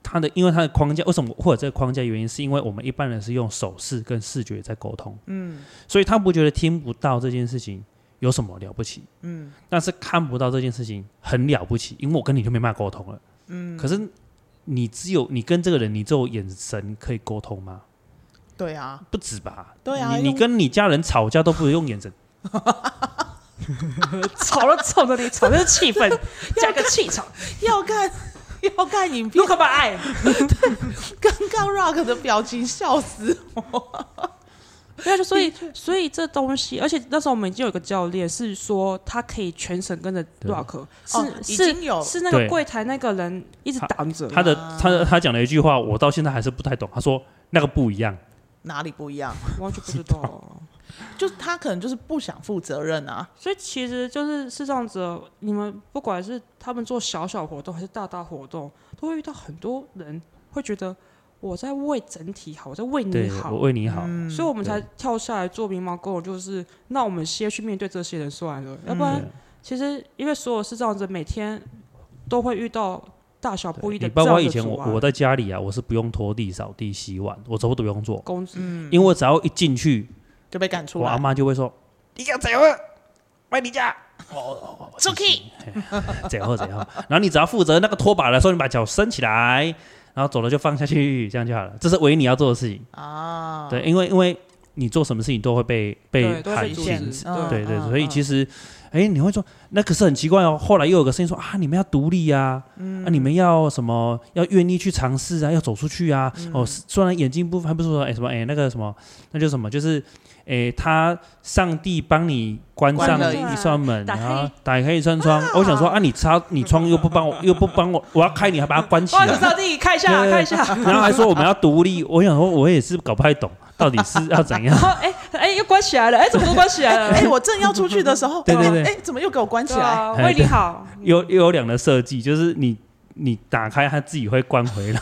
S3: 它的，因为它的框架，为什么或者这个框架原因，是因为我们一般人是用手势跟视觉在沟通，嗯，所以他不觉得听不到这件事情有什么了不起，嗯，但是看不到这件事情很了不起，因为我跟你就没办法沟通了，嗯，可是你只有你跟这个人，你只有眼神可以沟通吗？
S2: 对啊，
S3: 不止吧？
S2: 对啊
S3: 你你
S2: 用
S3: 跟你家人吵架都不如用眼神，
S4: 吵了吵着你吵，那是气氛，加个气场，
S2: 要看 要看影片
S4: 如，何把爱？
S2: 刚刚 Rock 的表情笑死我。
S4: 对啊，就所以所以这东西，而且那时候我们已经有一个教练是说他可以全程跟着
S3: 对
S4: Rock，是、
S2: 哦已
S4: 是
S2: 经有
S4: 是那个
S3: 对
S4: 柜台那个人一直挡着
S3: 他的他的他讲了一句话，我到现在还是不太懂，他说那个不一样，
S2: 哪里不一样？
S4: 我完全不知道。
S2: 就是他可能就是不想负责任啊。
S4: 所以其实就是视障者，你们不管是他们做小小活动还是大大活动，都会遇到很多人会觉得我在为整体好，我在为你
S3: 对
S4: 好
S3: 我，为你好，
S4: 所以我们才跳下来做迷茫沟，就是那我们先去面对这些人算了，要不
S3: 对
S4: 然其实因为所有视障者每天都会遇到大小不一的
S3: 你
S4: 这
S3: 包
S4: 样
S3: 括
S4: 的
S3: 以前
S4: 阻
S3: 我
S4: 碍
S3: 我在家里啊，我是不用拖地、扫地、洗碗，我什么都不用做，
S4: 工资，
S2: 嗯
S3: 因为我只要一进去，
S2: 就被赶出
S3: 我阿
S2: 来。
S3: 妈就会说
S5: 你敢怎样？卖你家，
S2: 出去，
S3: 怎样怎样，然后你只要负责那个拖把的时候，你把脚伸起来，然后走了就放下去，这样就好了。这是唯一你要做的事情啊。对，因为因为你做什么事情都会被被
S4: 哦对，都会
S3: 喊
S4: 被阻
S3: 停
S4: 止
S3: 止。，
S2: 嗯
S3: 对对，
S2: 嗯
S3: 所以
S2: 嗯
S3: 其实，哎，你会说那可是很奇怪哦。后来又有个声音说啊，你们要独立啊，啊，你们要什么？要愿意去尝试啊，要走出去啊。哦，是虽然眼睛不还不是说哎什么哎那个什么，那就什么就是。哎，他上帝帮你关
S2: 关
S3: 上
S2: 了
S3: 一
S4: 一
S3: 扇门，
S4: 打开
S3: 然后打开一扇窗。我想说啊，你插你窗又不帮我，又不帮我，我要开你还把它关起
S4: 哇，
S3: 来。
S4: 上帝看一下
S3: 对
S4: 看一 下，
S3: 然后还说我们要独立，我想说我也是搞不太懂，到底是要怎样
S4: 然？后哎哎又关起来了，哎怎么都关起来了？
S2: 哎、我正要出去的 时候，
S3: 对对对
S2: 哎、怎么又给我关起
S4: 对
S2: 来？
S4: 啊，
S3: 哎
S4: 为你
S3: 对
S4: 好，
S3: 优优良的设计，就是你你打开它自己会关回来。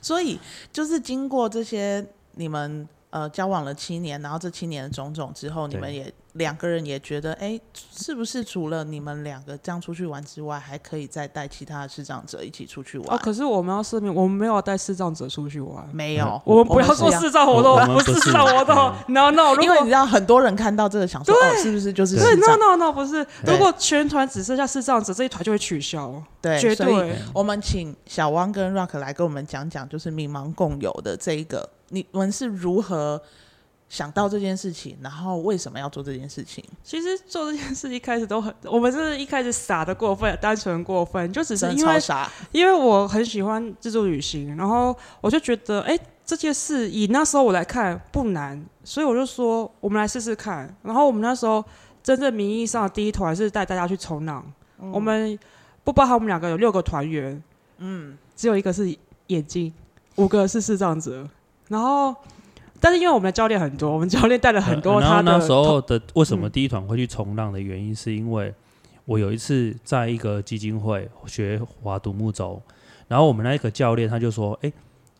S2: 所以就是经过这些你们呃交往了七年，然后这七年的种种之后，你
S3: 对
S2: 们也两个人也觉得，哎，是不是除了你们两个这样出去玩之外，还可以再带其他的视障者一起出去玩？
S4: 哦，可是我们要市民，我们没有带视障者出去玩。
S2: 没有，
S4: 我们不要
S2: 是
S4: 做
S2: 这样
S4: 视障活动，啊
S3: 我们
S4: 不
S3: 不
S4: 是
S3: 是
S4: 视障活动
S3: 嗯
S4: ，no no。如
S2: 因为你
S4: 果
S2: 知道很多人看到这个想说，哦，是不是就是
S4: 对
S2: 视
S4: ，no
S2: 障？
S4: no no，不是。
S2: 对
S4: 如果全团只剩下视障者，这一团就会取消，
S2: 对，
S4: 绝
S2: 所以
S4: 对。
S2: 我们请小汪跟 Rock 来跟我们讲讲，就是民盲共有的这一个，你们是如何想到这件事情，然后为什么要做这件事情？
S4: 其实做这件事一开始都很，我们真的一开始傻的过分，单纯过分，就只是
S2: 真的
S4: 因
S2: 超
S4: 为
S2: 傻，
S4: 因为我很喜欢自助旅行，然后我就觉得，哎、这件事以那时候我来看不难，所以我就说我们来试试看。然后我们那时候真正名义上的第一团是带大家去冲浪，我们不包含我们两个有六个团员，嗯，只有一个是眼睛，五个是视障者，然后。但是因为我们的教练很多，我们教练带了 很多
S3: 然
S4: 他
S3: 后
S4: 的嗯
S3: 那时
S4: 同
S3: 候的为什么第一团会去冲浪的原因，是因为我有一次在一个基金会学划独木舟，然后我们那个教练他就说：“哎、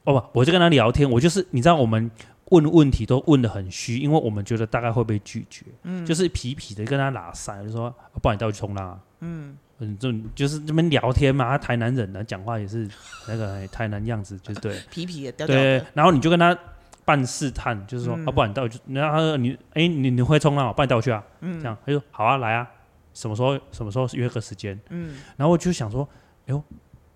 S3: 哦不，我就跟他聊天，我就是你知道我们。”问问题都问的很虚，因为我们觉得大概会被拒绝，
S4: 嗯
S3: 就是皮皮的跟他拉塞，就说、啊不然你带我去冲浪啊，嗯，这种就是这边聊天嘛，他啊台南人呢，讲话也是那个哎台南样子，就是对，
S2: 皮皮也掉掉
S3: 对
S2: 的，，嗯
S3: 然后你就跟他半试探，就是说，啊，不然你带我去，然后他说你，哎，你你会冲浪哦，不然你带我去啊，
S2: 嗯
S3: 这样，他就说好啊，来啊，什么时候什么时候约个时间，
S2: 嗯，
S3: 然后我就想说，哎呦，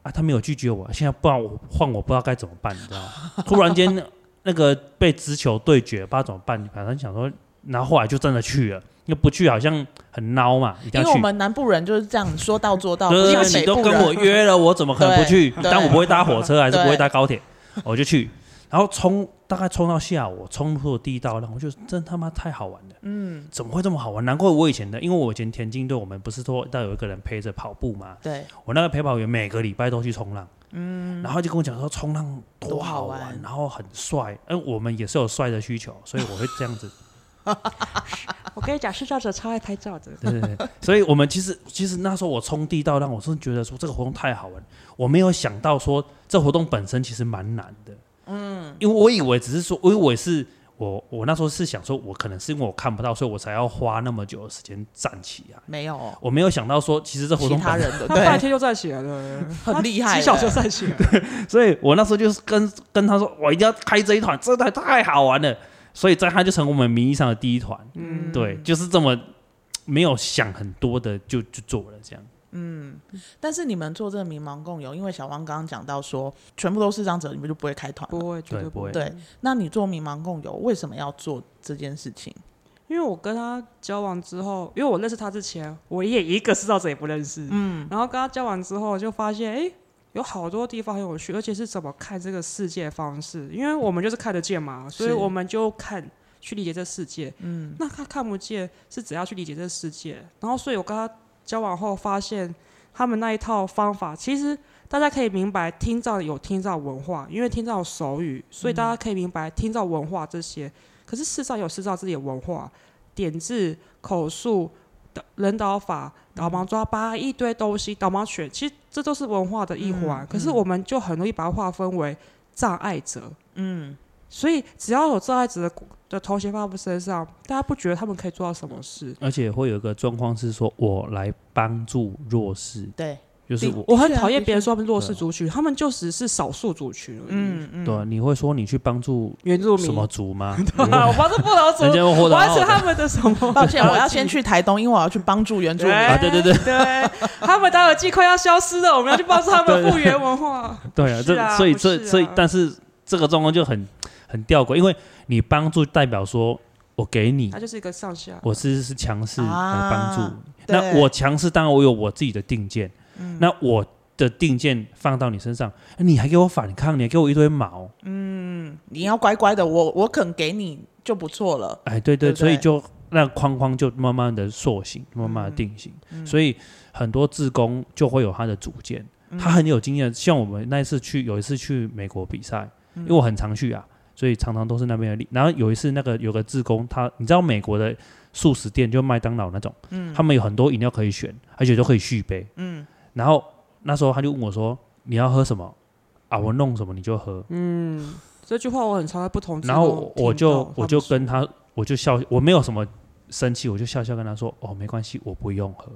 S3: 啊，他没有拒绝我，现在不然我换我不知道该怎么办，你知道吗？ 突然间那个被直球对决，不知道怎么办，反正想说，然后后来就真的去了，因为不去好像很孬嘛，一定
S2: 因
S3: 要
S2: 为
S3: 去
S2: 我。们南部人就是这样说到做到，哦不
S3: 对
S2: 像
S3: 对对，
S2: 北
S3: 你都
S2: 部
S3: 跟我
S2: 人。
S3: 约了，我怎么可能不去
S2: 对？对
S3: 但我不会搭火车，还是
S2: 对
S3: 不会搭高铁，我就去。然后冲大概冲到下午，冲破第一道浪，我就真他妈太好玩了。嗯，怎么会这么好玩？难怪我以前的，因为我以前田径队，我们不是说要有一个人陪着跑步嘛。
S2: 对，
S3: 我那个陪跑员每个礼拜都去冲浪，嗯，然后就跟我讲说冲浪多
S2: 多好
S3: 好
S2: 玩
S3: 玩，然后很帅。嗯，我们也是有帅的需求，所以我会这样子
S4: 我跟你讲，视障者超爱拍照的，
S3: 对对对，所以我们其实其实那时候我冲地道浪，我真的觉得说这个活动太好玩，我没有想到说这活动本身其实蛮难的。嗯，因为我以为只是说，因为我也是我我那时候是想说，我可能是因为我看不到，所以我才要花那么久的时间站起来。
S2: 没有
S3: 我没有想到说，其实这活
S2: 其
S3: 动
S2: 他
S3: 本
S2: 人的，
S4: 他半
S2: 对，
S4: 天就站起来了，
S2: 很厉害
S4: 他
S2: 了。
S4: 几小时就站起来了。
S3: 所以我那时候就是跟跟他说，我一定要开这一团，这太太好玩了。所以在他就成我们名义上的第一团，
S4: 嗯
S3: 对，就是这么没有想很多的就就做了这样。
S2: 但是你们做这个民盲共有，因为小汪刚刚讲到说，全部都是障者，你们就不会开团嘛。
S4: 不会，绝
S3: 对
S4: 对
S3: 不
S4: 不
S3: 会
S4: 会。
S2: 对，那你做民盲共有，为什么要做这件事情？
S4: 因为我跟他交往之后，因为我认识他之前，我也一个视障者也不认识。嗯，然后跟他交往之后，就发现哎、诶有好多地方很有趣，而且是怎么看这个世界的方式。因为我们就是看得见嘛，所以
S2: 是
S4: 我们就看去理解这世界。嗯，那他看不见是怎样去理解这世界？然后，所以我跟他交往后发现，他们那一套方法其实。大家可以明白听障有听障文化，因为听障有手语，所以大家可以明白听障文化这些。可是视障有视障自己的文化，点字、口述、导人导法、导盲抓八一堆东西，导盲犬，其实这都是文化的一环。可是我们就很容易把它划分为障碍者，嗯，所以只要有障碍者的的头衔放在身上，大家不觉得他们可以做到什么事？
S3: 而且会有一个状况是说，我来帮助弱势，
S2: 对，
S3: 就是我，
S4: 我很
S2: 是啊
S4: 讨厌
S2: 的
S4: 别人说他们弱势族群，他们就只是少数族群而已。嗯，
S3: 对啊、你会说你去帮助
S4: 原住民
S3: 什么族 吗？
S4: 啊，我帮这不劳族
S3: 人，家会获
S4: 我
S3: 得
S4: 要
S3: 好
S4: 是他
S3: 的。
S4: 们的什 么？
S2: 抱歉，我要先去台东，因为我要去帮助原住民。
S3: 啊对对对
S4: 对，他们打耳机快要消失了，我们要去帮助他 们复原文化。
S3: 对啊，
S4: 是
S3: 这、
S4: 啊
S3: 所以
S4: 不
S3: 这、
S4: 是啊
S3: 所以但是这个状况就很很吊诡，因为你帮助代表说我给你
S4: 他，就是一个上下，
S3: 我是是强势来帮助
S2: 啊
S3: 你。
S2: 对
S3: 那我强势，当然我有我自己的定见，
S4: 嗯
S3: 那我的定见放到你身上，哎你还给我反抗，你还给我一堆毛，
S2: 你要乖乖的，我我肯给你就不错了。
S3: 哎，对对，
S2: 对不
S3: 所以
S2: 对
S3: 就那框框就慢慢的塑形，慢慢的定型，所以很多志工就会有他的主见，他很有经验。像我们那一次去，有一次去美国比赛，因为我很常去啊，所以常常都是那边的例。然后有一次那个有个志工，他你知道美国的素食店就麦当劳那种，他们有很多饮料可以选，而且都可以续杯，然后那时候他就问我说：“你要喝什么？”啊，我弄什么你就喝，
S4: 嗯，这句话我很常在不同地
S3: 然
S4: 方听到。
S3: 后我就我就
S4: 他们
S3: 跟他，我就笑，我没有什么生气，我就笑笑跟他说：“哦，没关系，我不用喝。”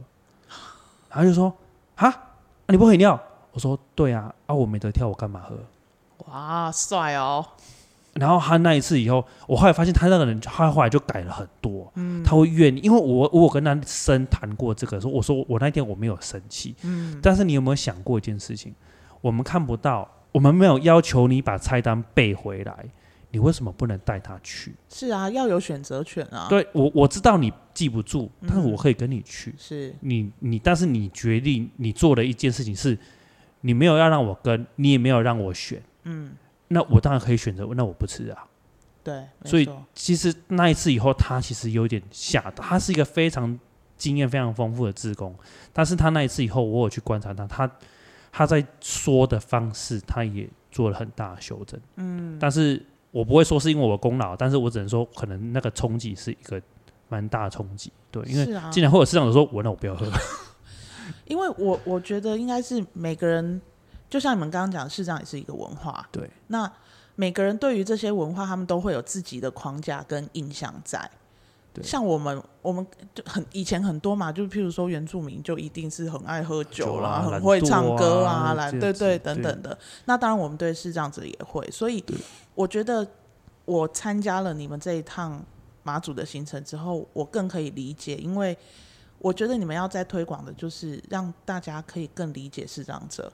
S3: 他就说：“哈，啊你不喝饮料？”我说：“对啊，啊我没得跳，我干嘛喝
S2: 哇，帅哦！？”
S3: 然后他那一次以后，我后来发现他那个人，他后来就改了很多。
S4: 嗯
S3: 他会愿意，因为我我有跟他深谈过这个，说我说我那天我没有生气。
S4: 嗯
S3: 但是你有没有想过一件事情？我们看不到，我们没有要求你把菜单背回来，你为什么不能带他去？
S2: 是啊，要有选择权啊。，嗯
S3: 对我我知道你记不住，但是我可以跟你去。
S2: 是
S3: 你你，但是你决定你做的一件事情是，你没有要让我跟，你也没有让我选。
S2: 嗯，
S3: 那我当然可以选择，那我不吃啊。
S2: 对，没
S3: 所以
S2: 错
S3: 其实那一次以后，他其实有点吓到。他是一个非常经验非常丰富的志工，但是他那一次以后，我有去观察他，他他在说的方式，他也做了很大的修正。嗯，但是我不会说是因为我的功劳，但是我只能说，可能那个冲击是一个蛮大的冲击。对，因
S2: 是
S3: 为
S2: 啊
S3: 竟然会有市长者说，我那我不要喝。
S2: 因为我我觉得应该是每个人，就像你们刚刚讲，市长也是一个文化。
S3: 对，
S2: 那每个人对于这些文化，他们都会有自己的框架跟印象在。
S3: 对
S2: 像我们，我们就很以前很多嘛，就譬如说原住民就一定是很爱喝酒啦，
S3: 酒啊
S2: 很会唱
S3: 懒
S2: 歌
S3: 惰啊
S2: 啊，来
S3: 这
S2: 对
S3: 这
S2: 对等等的。那当然，我们对视障者也会，所以
S3: 对
S2: 我觉得我参加了你们这一趟马祖的行程之后，我更可以理解，因为我觉得你们要在推广的就是让大家可以更理解视障者。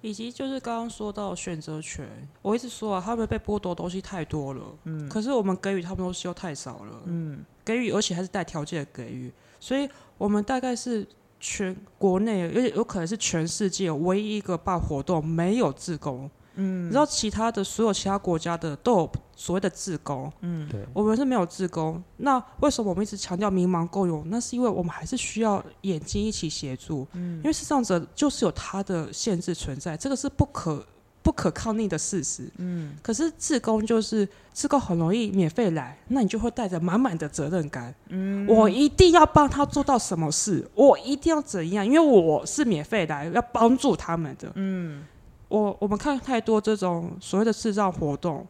S4: 以及就是刚刚说到选择权，我一直说啊，他们被剥夺的东西太多了，嗯，可是我们给予他们东西又太少了，嗯，给予而且还是带条件的给予，所以我们大概是全国内，有有可能是全世界唯一一个办活动没有自工，嗯，你知道其他的所有其他国家的都有所谓的自工，嗯
S3: 对
S4: 我们是没有自工，那为什么我们一直强调民盲共融？那是因为我们还是需要眼睛一起协助，因为视障者就是有他的限制存在，这个是不可不可抗力的事实。嗯，可是自工就是自工很容易免费来，那你就会带着满满的责任感。嗯，我一定要帮他做到什么事，我一定要怎样，因为我是免费来，要帮助他们的。嗯，我我们看太多这种所谓的视障活动，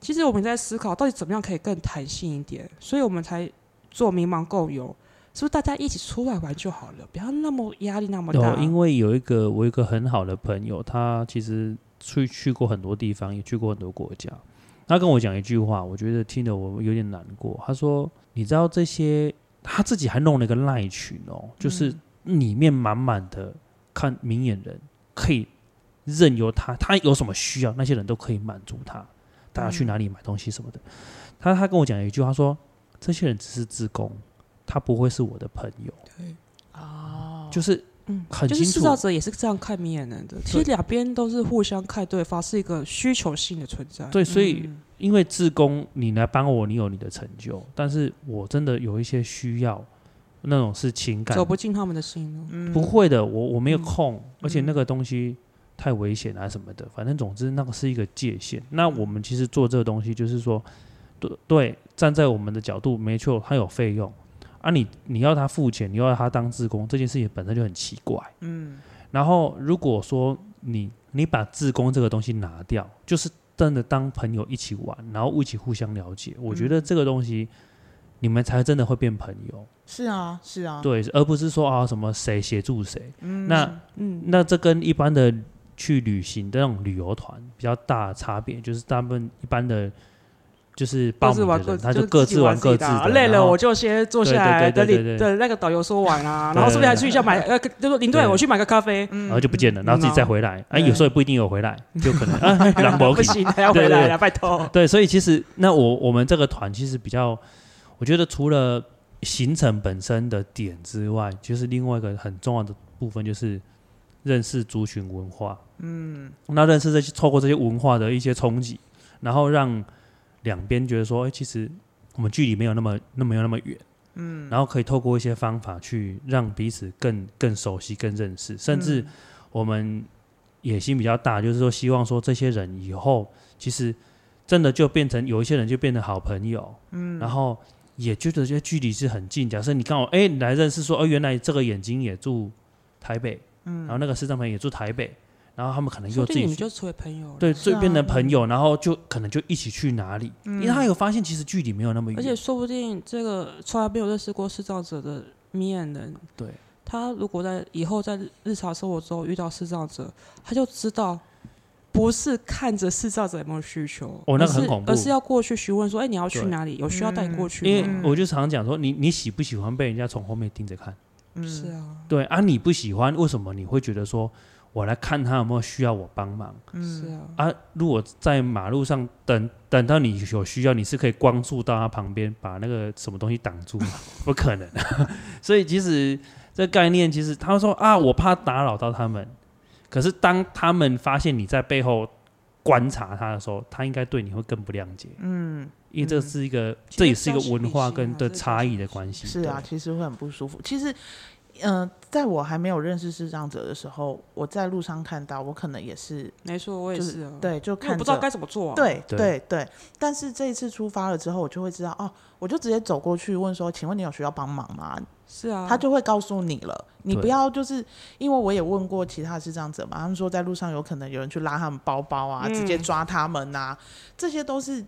S4: 其实我们在思考到底怎么样可以更弹性一点，所以我们才做民盲共有。是不是大家一起出来玩就好了？不要那么压力那么大。
S3: 哦，因为有一个我有一个很好的朋友，他其实去去过很多地方，也去过很多国家。他跟我讲一句话，我觉得听得我有点难过。他说：“你知道这些，他自己还弄了一个赖群
S4: 嗯
S3: 哦，就是里面满满的看明眼人可以任由他，他有什么需要，那些人都可以满足他。大家去哪里买东西什么的。他他跟我讲一句话说：“这些人只是自工，他不会是我的朋友。”哦，就是
S4: 嗯
S3: 很
S4: 就是
S3: 清
S4: 制
S3: 楚
S4: 造者也是这样看明眼人的，其实两边都是互相看对方是一个需求性的存在。
S3: 对，所以因为自工，你来帮我，你有你的成就，但是我真的有一些需要，那种是情感
S4: 走，不进他们的心了。嗯，
S3: 不会的，我我没有空，而且那个东西太危险啊什么的，反正总之那个是一个界限。那我们其实做这个东西，就是说，对对，站在我们的角度，没错，它有费用啊你，你要他付钱，你又要他当志工，这件事情本身就很奇怪。
S2: 嗯，
S3: 然后如果说你你把自工这个东西拿掉，就是真的当朋友一起玩，然后一起互相了解，我觉得这个东西。你们才真的会变朋友，
S2: 是啊，是啊，
S3: 对，而不是说啊什么谁协助谁。那
S4: 嗯，
S3: 那这跟一般的去旅行的那种旅游团比较大的差别，就是大部分一般的，就是报
S4: 各自
S3: 名
S4: 玩
S3: 的
S4: 各，
S3: 人，他
S4: 就
S3: 就各自玩各自
S4: 的啊，
S3: 的，
S4: 累了
S3: 然后
S4: 我就先坐下来，
S3: 对
S4: 等
S3: 对对
S4: 你
S3: 对对对
S4: 等那个导游说完啊，
S3: 对
S4: 然后顺便还去一下买，呃，就说林队，
S3: 对嗯
S4: 我去买个咖啡，
S3: 然后就不见
S4: 嗯
S3: 了，然后自己再回来。哎，有时候也不一定有回来，就可能 啊，狼博
S4: 不行，还要回来了，拜托。
S3: 对，所以其实那我我们这个团其实比较，我觉得除了行程本身的点之外，就是另外一个很重要的部分就是认识族群文化。嗯，那认识这些，透过这些文化的一些冲击，然后让两边觉得说，哎、其实我们距离没有那么那么没有那么远。嗯，然后可以透过一些方法去让彼此更更熟悉、更认
S4: 嗯
S3: 识，甚至我们野心比较大，就是说希望说这些人以后其实真的就变成有一些人就变成好朋友，嗯，然后也觉得这些距离是很近。假设你刚好哎、你来认识说，哦、原来这个眼睛也住台北，嗯，然后那个视障朋友也住台北，然后他们可能
S4: 说
S3: 又
S4: 不
S3: 自
S4: 定
S3: 己
S4: 哎你
S3: 去
S4: 们就成为朋友了。
S3: 对，
S2: 是
S3: 最
S2: 啊
S3: 变成朋友，然后就可能就一起去哪里，
S4: 嗯
S3: 因为他有发现其实距离没有那么远，
S4: 而且说不定这个从来没有认识过视障者的明眼人，
S3: 对
S4: 他如果在以后在日常生活中遇到视障者，他就知道不是看着视障者有没有需求，
S3: 哦那个
S4: 而是
S3: 很恐怖
S4: 而是要过去询问说，哎、你要去
S3: 对嗯
S4: 哪里？有需要带你过去
S3: 因
S4: 吗？
S3: 为我就常讲说，你你喜不喜欢被人家从后面盯着看？
S2: 嗯
S4: 是啊，
S3: 对啊，你不喜欢，为什么你会觉得说我来看他有没有需要我帮忙
S2: 嗯
S4: 是啊，
S3: 啊？如果在马路上等等到你有需要，你是可以光速到他旁边，把那个什么东西挡住吗？ 不可能。所以其实这概念，其实他说啊，我怕打扰到他们，可是当他们发现你在背后观察他的时候，他应该对你会更不谅解。嗯，因为这是一个，
S4: 其实
S3: 这也是一个
S4: 交心
S3: 文
S4: 嗯比
S3: 化
S4: 心
S3: 跟
S4: 啊
S3: 的
S4: 这
S3: 差
S4: 交
S3: 异
S4: 心
S3: 的
S4: 比
S3: 关系。
S2: 是啊，其实会很不舒服。其实，嗯、在我还没有认识视障者的时候，我在路上看到，我可能也是
S4: 没错，我也
S2: 就是
S4: 是啊，
S2: 对，就
S4: 因为我
S2: 看
S4: 不知道
S2: 着。
S4: 该怎么做啊。，
S2: 对
S3: 对
S2: 对对，但是这一次出发了之后，我就会知道哦，我就直接走过去问说：“请问你有需要帮忙吗？”
S4: 是啊，
S2: 他就会告诉你了。你
S3: 对
S2: 不要就是因为我也问过其他视障者嘛，他们说在路上有可能有人去拉他们包包啊，
S4: 嗯
S2: 直接抓他们呐、这些都是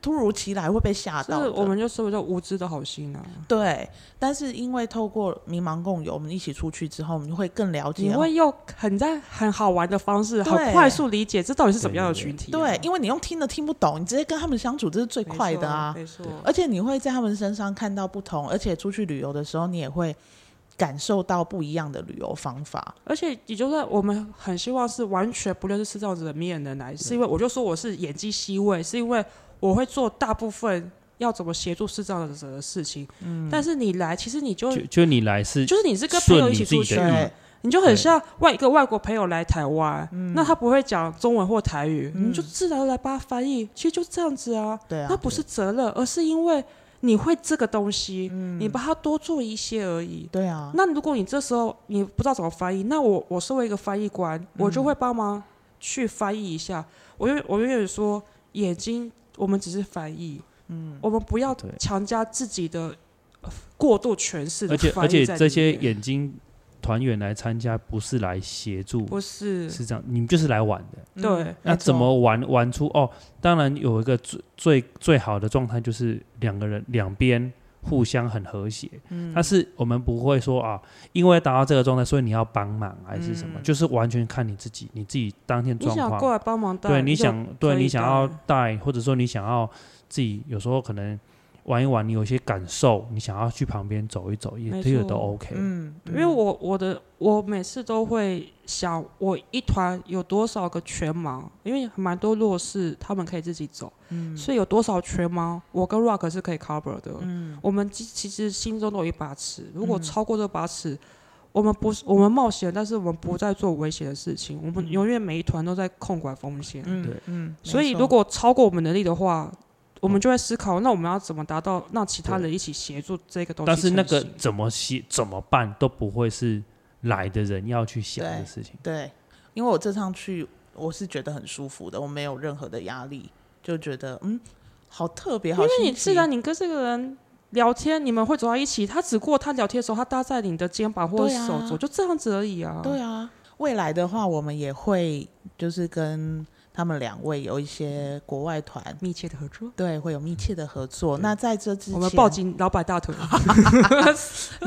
S2: 突如其来会被吓
S4: 就
S2: 到
S4: 是
S2: 的。
S4: 我们就说不叫无知的好心啊，
S2: 对，但是因为透过迷茫共有，我们一起出去之后，我们会更了
S4: 你
S2: 解。哦
S4: 会用很在很好玩的方式，
S2: 对
S4: 很快速理解这到底是怎么样的
S3: 对对
S4: 群体啊、
S2: 对，因为你用听的听不懂，你直接跟他们相处，这是最
S4: 没
S2: 快的啊
S4: 错。没错，
S2: 而且你会在他们身上看到不同，而且出去旅游的时候，你也会感受到不一样的旅游方法。
S4: 而且也就算我们很希望是完全不认识视障者的明眼人来，是因为我就说我是眼睛吸位，是因为我会做大部分要怎么协助视障者的事情。嗯，但是你来，其实你就
S3: 就就你来是
S4: 就是你是跟朋
S3: 顺
S4: 友
S3: 你
S4: 一
S3: 自
S4: 起
S3: 己
S4: 出
S3: 的
S4: 去，
S3: 意
S2: 对，
S4: 你就很
S3: 对
S4: 像外一个外国朋友来台湾，
S3: 嗯
S4: 那他不会讲中文或台语，你就自然而然帮他翻译，其实就这样子啊。
S2: 对啊
S4: 那不是责任，而是因为你会这个东西，
S3: 嗯
S4: 你把它多做一些而已。
S2: 对啊，
S4: 那如果你这时候你不知道怎么翻译，那我我身为一个翻译官，我就会帮忙去翻译一下。我永我永远说，眼睛我们只是翻译，嗯，我们不要
S3: 对
S4: 强加自己的呃过度诠释的
S3: 而且
S4: 翻
S3: 而
S4: 译
S3: 且
S4: 在
S3: 这
S4: 里
S3: 些
S4: 面
S3: 眼睛团员来参加，不是来协助，
S4: 不是
S3: 是这样，你们就是来玩的。
S2: 嗯
S4: 对
S3: 那
S2: 没
S3: 怎
S2: 错
S3: 么玩玩出哦？当然有一个最最最好的状态就是两个人两边互相很和谐，但是我们不会说啊，因为达到这个状态，所以你要帮忙还是什么，就是完全看你自己，你自己当天
S4: 你
S3: 状
S4: 想过
S3: 况。
S4: 来帮忙带，
S3: 对，你
S4: 就
S3: 想对
S4: 可
S3: 你
S4: 以
S3: 想
S4: 带
S3: 要带，或者说你想要自己有时候可能玩一玩，你有一些感受，你想要去旁边走一走，也
S4: 没
S3: 这个
S4: 错
S3: 都 OK。
S2: 嗯，
S4: 因为我我的我每次都会想，我一团有多少个全盲，因为蛮多弱势他们可以自己走，
S3: 嗯
S4: 所以有多少全盲，我跟 Rock 是可以 cover 的。
S3: 嗯
S4: 我们其其实心中都有一把尺，如果超过这把尺，我们不是我们冒险，但是我们不再做危险的事情，我们
S3: 嗯
S4: 永远每一团都在控管风险。
S2: 嗯
S3: 对
S2: 嗯，没
S4: 所以
S2: 错
S4: 如果超过我们能力的话，我
S3: 嗯
S4: 们就会思考，那我们要怎么达到让其他人一起协助这个东西
S3: 但是那
S4: 成
S3: 个
S4: 型
S3: 怎么写怎么办都不会是来的人要去想的事情。
S2: 对，因为我这趟去我是觉得很舒服的，我没有任何的压力，就觉得嗯，好特别，好
S4: 因为
S2: 新
S4: 你
S2: 奇啊
S4: 自然你跟这个人聊天，你们会走到一起。他只不过他聊天的时候，他搭在你的肩膀或
S2: 对啊
S4: 手肘，就这样子而已啊。
S2: 对啊，未来的话，我们也会就是跟他们两位有一些国外团，
S4: 密切的合作。
S2: 对，会有密切的合作。那在这之前，
S4: 我们抱紧老板大腿，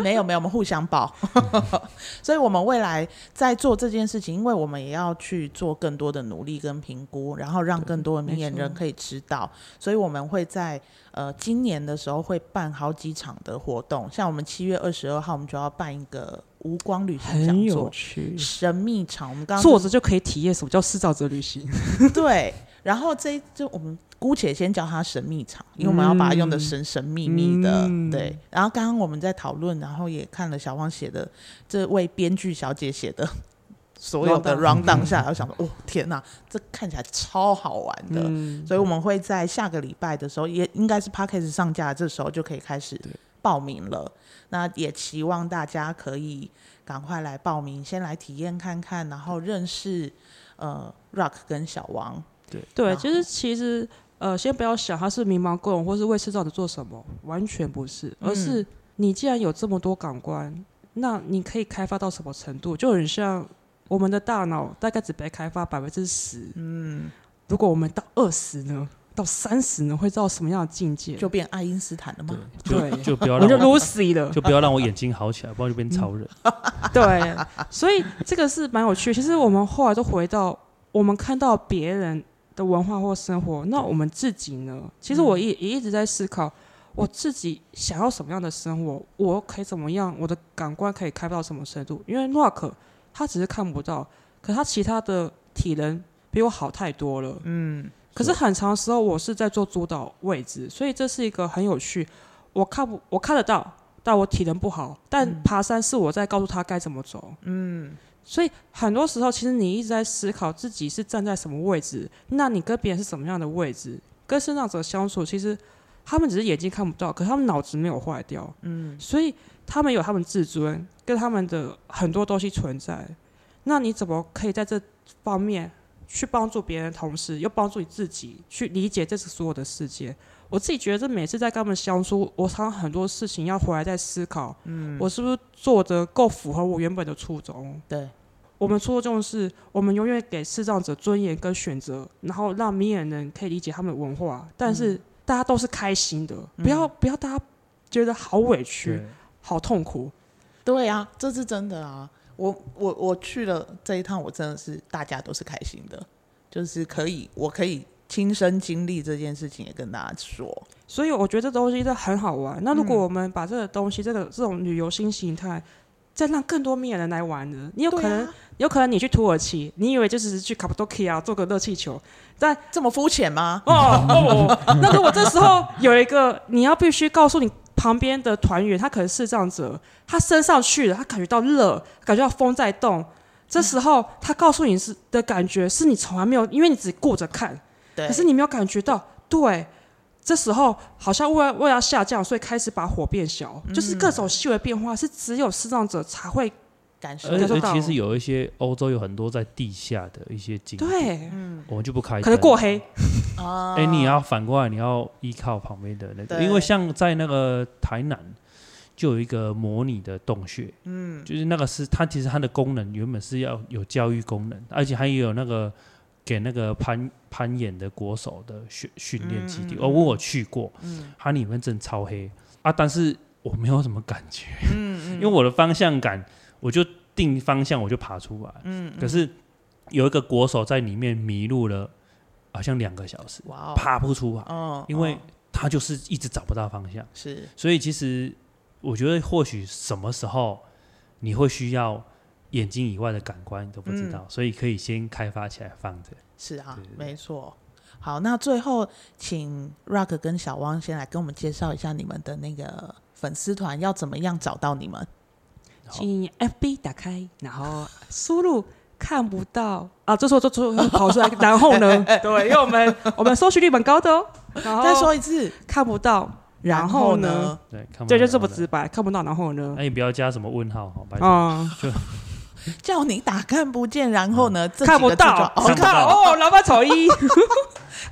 S2: 没有没有，我们互相保。 所以，我们未来在做这件事情，因为我们也要去做更多的努力跟评估，然后让更多的明眼人可以知道。所以，我们会在呃今年的时候会办好几场的活动，像我们七月二十二号，我们就要办一个无光旅行 讲座。
S4: 趣
S2: 神秘场，我们刚刚
S4: 坐着就可以体验什么叫视障者旅行。
S2: 对，然后这一就我们姑且先叫它神秘场，因为我们要把它用的神神秘秘的。
S4: 嗯
S2: 对，然后刚刚我们在讨论，然后也看了小汪写的这位编剧小姐写的所有 的 round down 下来，我想说，哦天哪，这看起来超好玩的。
S4: 嗯，
S2: 所以我们会在下个礼拜的时候，也应该是 p a c k a g e 上架，这时候就可以开始报名了。那也期望大家可以赶快来报名，先来体验看看，然后认识呃 Rock 跟小王。
S4: 对，
S2: 然后
S4: 就是其实呃，先不要想他是迷茫共融或是为视障者做什么，完全不是，而是你既然有这么多感官，那你可以开发到什么程度，就很像。我们的大脑大概只被开发百分之十。嗯，如果我们到二十呢，到三十呢，会到什么样的境
S3: 嗯
S4: 界？
S2: 就变爱因斯坦了吗？
S3: 就
S4: 对
S3: 就不要
S4: 我就
S3: 让我
S4: Lucy 了。
S3: 就不要让我眼睛好起来，不然就
S4: 嗯
S3: 变超人。
S4: 对，所以这个是蛮有趣的。其实我们后来都回到我们看到别人的文化或生活，那我们自己呢？其实我
S3: 嗯
S4: 也也一直在思考，我自己想要什么样的生活，我可以怎么样，我的感官可以开到什么深度？因为诺克他只是看不到，可他其他的体能比我好太多了。
S2: 嗯，
S4: 可是很长时候我是在做主导位置，所以这是一个很有趣。我看不，我看得到，但我体能不好。但爬山是我在告诉他该怎么走。嗯，所以很多时候其实你一直在思考自己是站在什么位置，那你跟别人是什么样的位置，跟生长者相处，其实他们只是眼睛看不到，可他们脑子没有坏掉。嗯，所以他们有他们自尊跟他们的很多东西存在。那你怎么可以在这方面去帮助别人的同时，又帮助你自己去理解这是所有的世界。我自己觉得，这每次在跟他们相处，我常常很多事情要回来再思考，嗯，我是不是做的够符合我原本的初衷？
S2: 对，
S4: 我们初衷是，我们永远给视障者尊严跟选择，然后让明眼人可以理解他们的文化，但是大家都是开心的，不要不要大家觉得好委屈、
S3: 对
S4: 好痛苦。
S2: 对啊，这是真的啊！我我我去了这一趟，我真的是大家都是开心的，就是可以，我可以亲身经历这件事情，也跟大家说。
S4: 所以我觉得这东西真的很好玩。那如
S2: 嗯
S4: 果我们把这个东西，这个这种旅游新形态，再让更多明眼人来玩呢，你有可能、
S2: 对啊
S4: 有可能你去土耳其，你以为就只是去卡帕多奇亚坐个热气球，但
S2: 这么肤浅吗？
S4: 哦哦，那如果这时候有一个你要必须告诉你旁边的团员，他可能是这样子，哦他升上去了，他感觉到热，感觉到风在动，这时候他告诉你是的感觉是你从来没有，因为你只顾着看，
S2: 对，
S4: 可是你没有感觉到，对。这时候好像为了为了要下降，所以开始把火变小，
S2: 嗯
S4: 就是各种细微变化是只有视障者才会
S2: 感受
S3: 而
S4: 感受
S3: 且
S4: 到
S3: 其实有一些欧洲有很多在地下的一些
S2: 嗯
S3: 景点，
S4: 对，
S3: 我们就不开灯。
S4: 可能过黑，
S2: 啊
S3: 哎、你要反过来，你要依靠旁边的那个，
S2: 对
S3: 因为像在那个台南就有一个模拟的洞穴，嗯，就是那个是它其实它的功能原本是要有教育功能，而且还有那个给那个攀攀岩的国手的训训练基地。哦，我有去过，它里面真的超黑啊，但是我没有什么感觉，嗯，因为我的方向感，我就定方向我就爬出来，嗯，可是有一个国手在里面迷路了，好像两个小时。
S2: 哇哦，
S3: 爬不出来，
S2: 嗯，
S3: 因为
S2: 嗯
S3: 他就是一直找不到方向。
S2: 是
S3: 所以其实我觉得，或许什么时候你会需要眼睛以外的感官你都不
S4: 嗯
S3: 知道，所以可以先开发起来放着。
S2: 是啊
S3: 对对，对
S2: 没错。好，那最后请 Rock 跟小汪先来跟我们介绍一下你们的那个粉丝团要怎么样找到你们。
S4: 请 FB 打开，然后输入看不到啊，这时候就就就跑出来，然后 呢，对，因为我们我们搜寻率蛮高的哦，然后
S2: 再说一次，
S4: 看不到，然后呢，？
S3: 对，看不
S4: 对，
S3: 到
S4: 就这么
S3: 的
S4: 直。白，看不到，然后呢
S2: 哎
S3: 那，你不要加什么问号哈，拜托。
S4: 啊，
S2: 叫你打看不见，然后呢？这
S4: 嗯看
S2: 几个
S4: 不
S2: 字就
S4: 到，看
S2: 哦
S4: 不
S2: 看
S4: 到哦，老板丑一，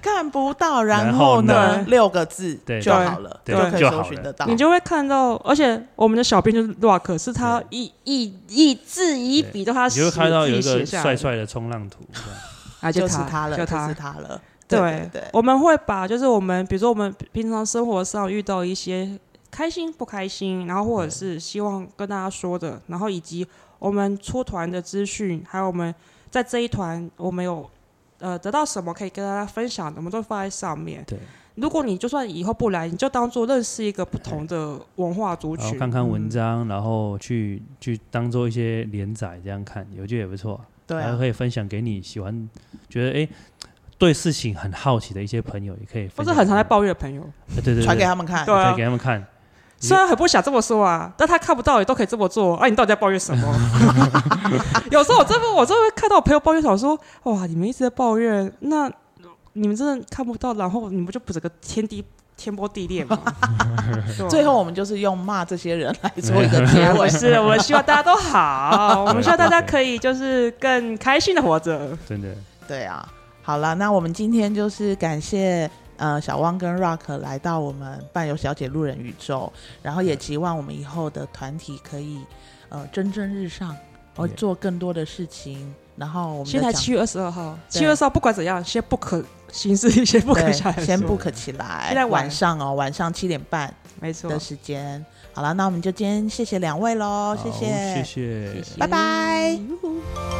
S2: 看不到，然
S3: 然
S2: 后
S3: 后
S2: 呢
S3: 呢？
S2: 六个字
S3: 对
S2: 就好了，
S3: 对
S2: 可以
S3: 对就
S2: 搜
S3: 好
S2: 寻
S3: 了
S2: 得到。
S4: 你就会看到，而且我们的小编就是 Rock，是他一一一字一笔都他
S3: 你就会
S4: 写
S3: 看到
S4: 自
S3: 有
S4: 己
S3: 一个
S4: 写下来
S3: 帅，帅的冲浪图，这样
S4: 啊，
S2: 就是
S4: 他
S2: 他了，
S4: 就
S2: 就是他了。
S4: 对
S2: 对对，
S4: 我们会把就是我们，比如说我们平常生活上遇到一些开心不开心，然后或者是希望跟大家说的，然后以及我们出团的资讯，还有我们在这一团我们有呃得到什么可以跟大家分享的，我们都放在上面。
S3: 对，
S4: 如果你就算以后不来，你就当做认识一个不同的文化族
S3: 然后
S4: 群。
S3: 看看
S4: 嗯
S3: 文章，然后去去当做一些连载这样看，我觉得也不错。
S2: 对
S3: 然
S2: 啊
S3: 后，可以分享给你喜欢、觉得哎、对事情很好奇的一些朋友，也可以
S4: 或
S3: 分享给他们。
S4: 者很常在抱怨的朋友，
S3: 哎对对对，
S2: 传给他们看
S4: 对。啊
S3: 再给他们看。
S4: 虽然很不想这么说啊，但他看不到也都可以这么做。啊，你到底在抱怨什么？有时候我真的我真的会看到我朋友抱怨，想说哇，你们一直在抱怨，那你们真的看不到，然后你们就不整个天地天崩地裂吗？对啊
S2: 最后我们就是用骂这些人来做一 个结
S4: 啊我
S2: 尾。
S4: 是我们希望大家都 好，我们希望大家可以就是更开心的活着。
S3: 真的，
S2: 对啊，好了，那我们今天就是感谢呃小汪跟 Rock 来到我们伴游小姐路人宇宙，然后也期望我们以后的团体可以呃蒸蒸日上，我做更多的事情。然后我们
S4: 现在
S2: 再讲
S4: 七月二十二号，
S2: 对
S4: 七月二十号不管怎样，先不可行事历，先不可
S2: 对
S4: 下来，
S2: 先 book 起来。
S4: 现在晚
S2: 晚上哦，晚上七点半
S4: 没错
S2: 的，时间。好了，那我们就今天谢谢两位喽，谢
S3: 好谢谢
S2: 拜拜。
S4: 哟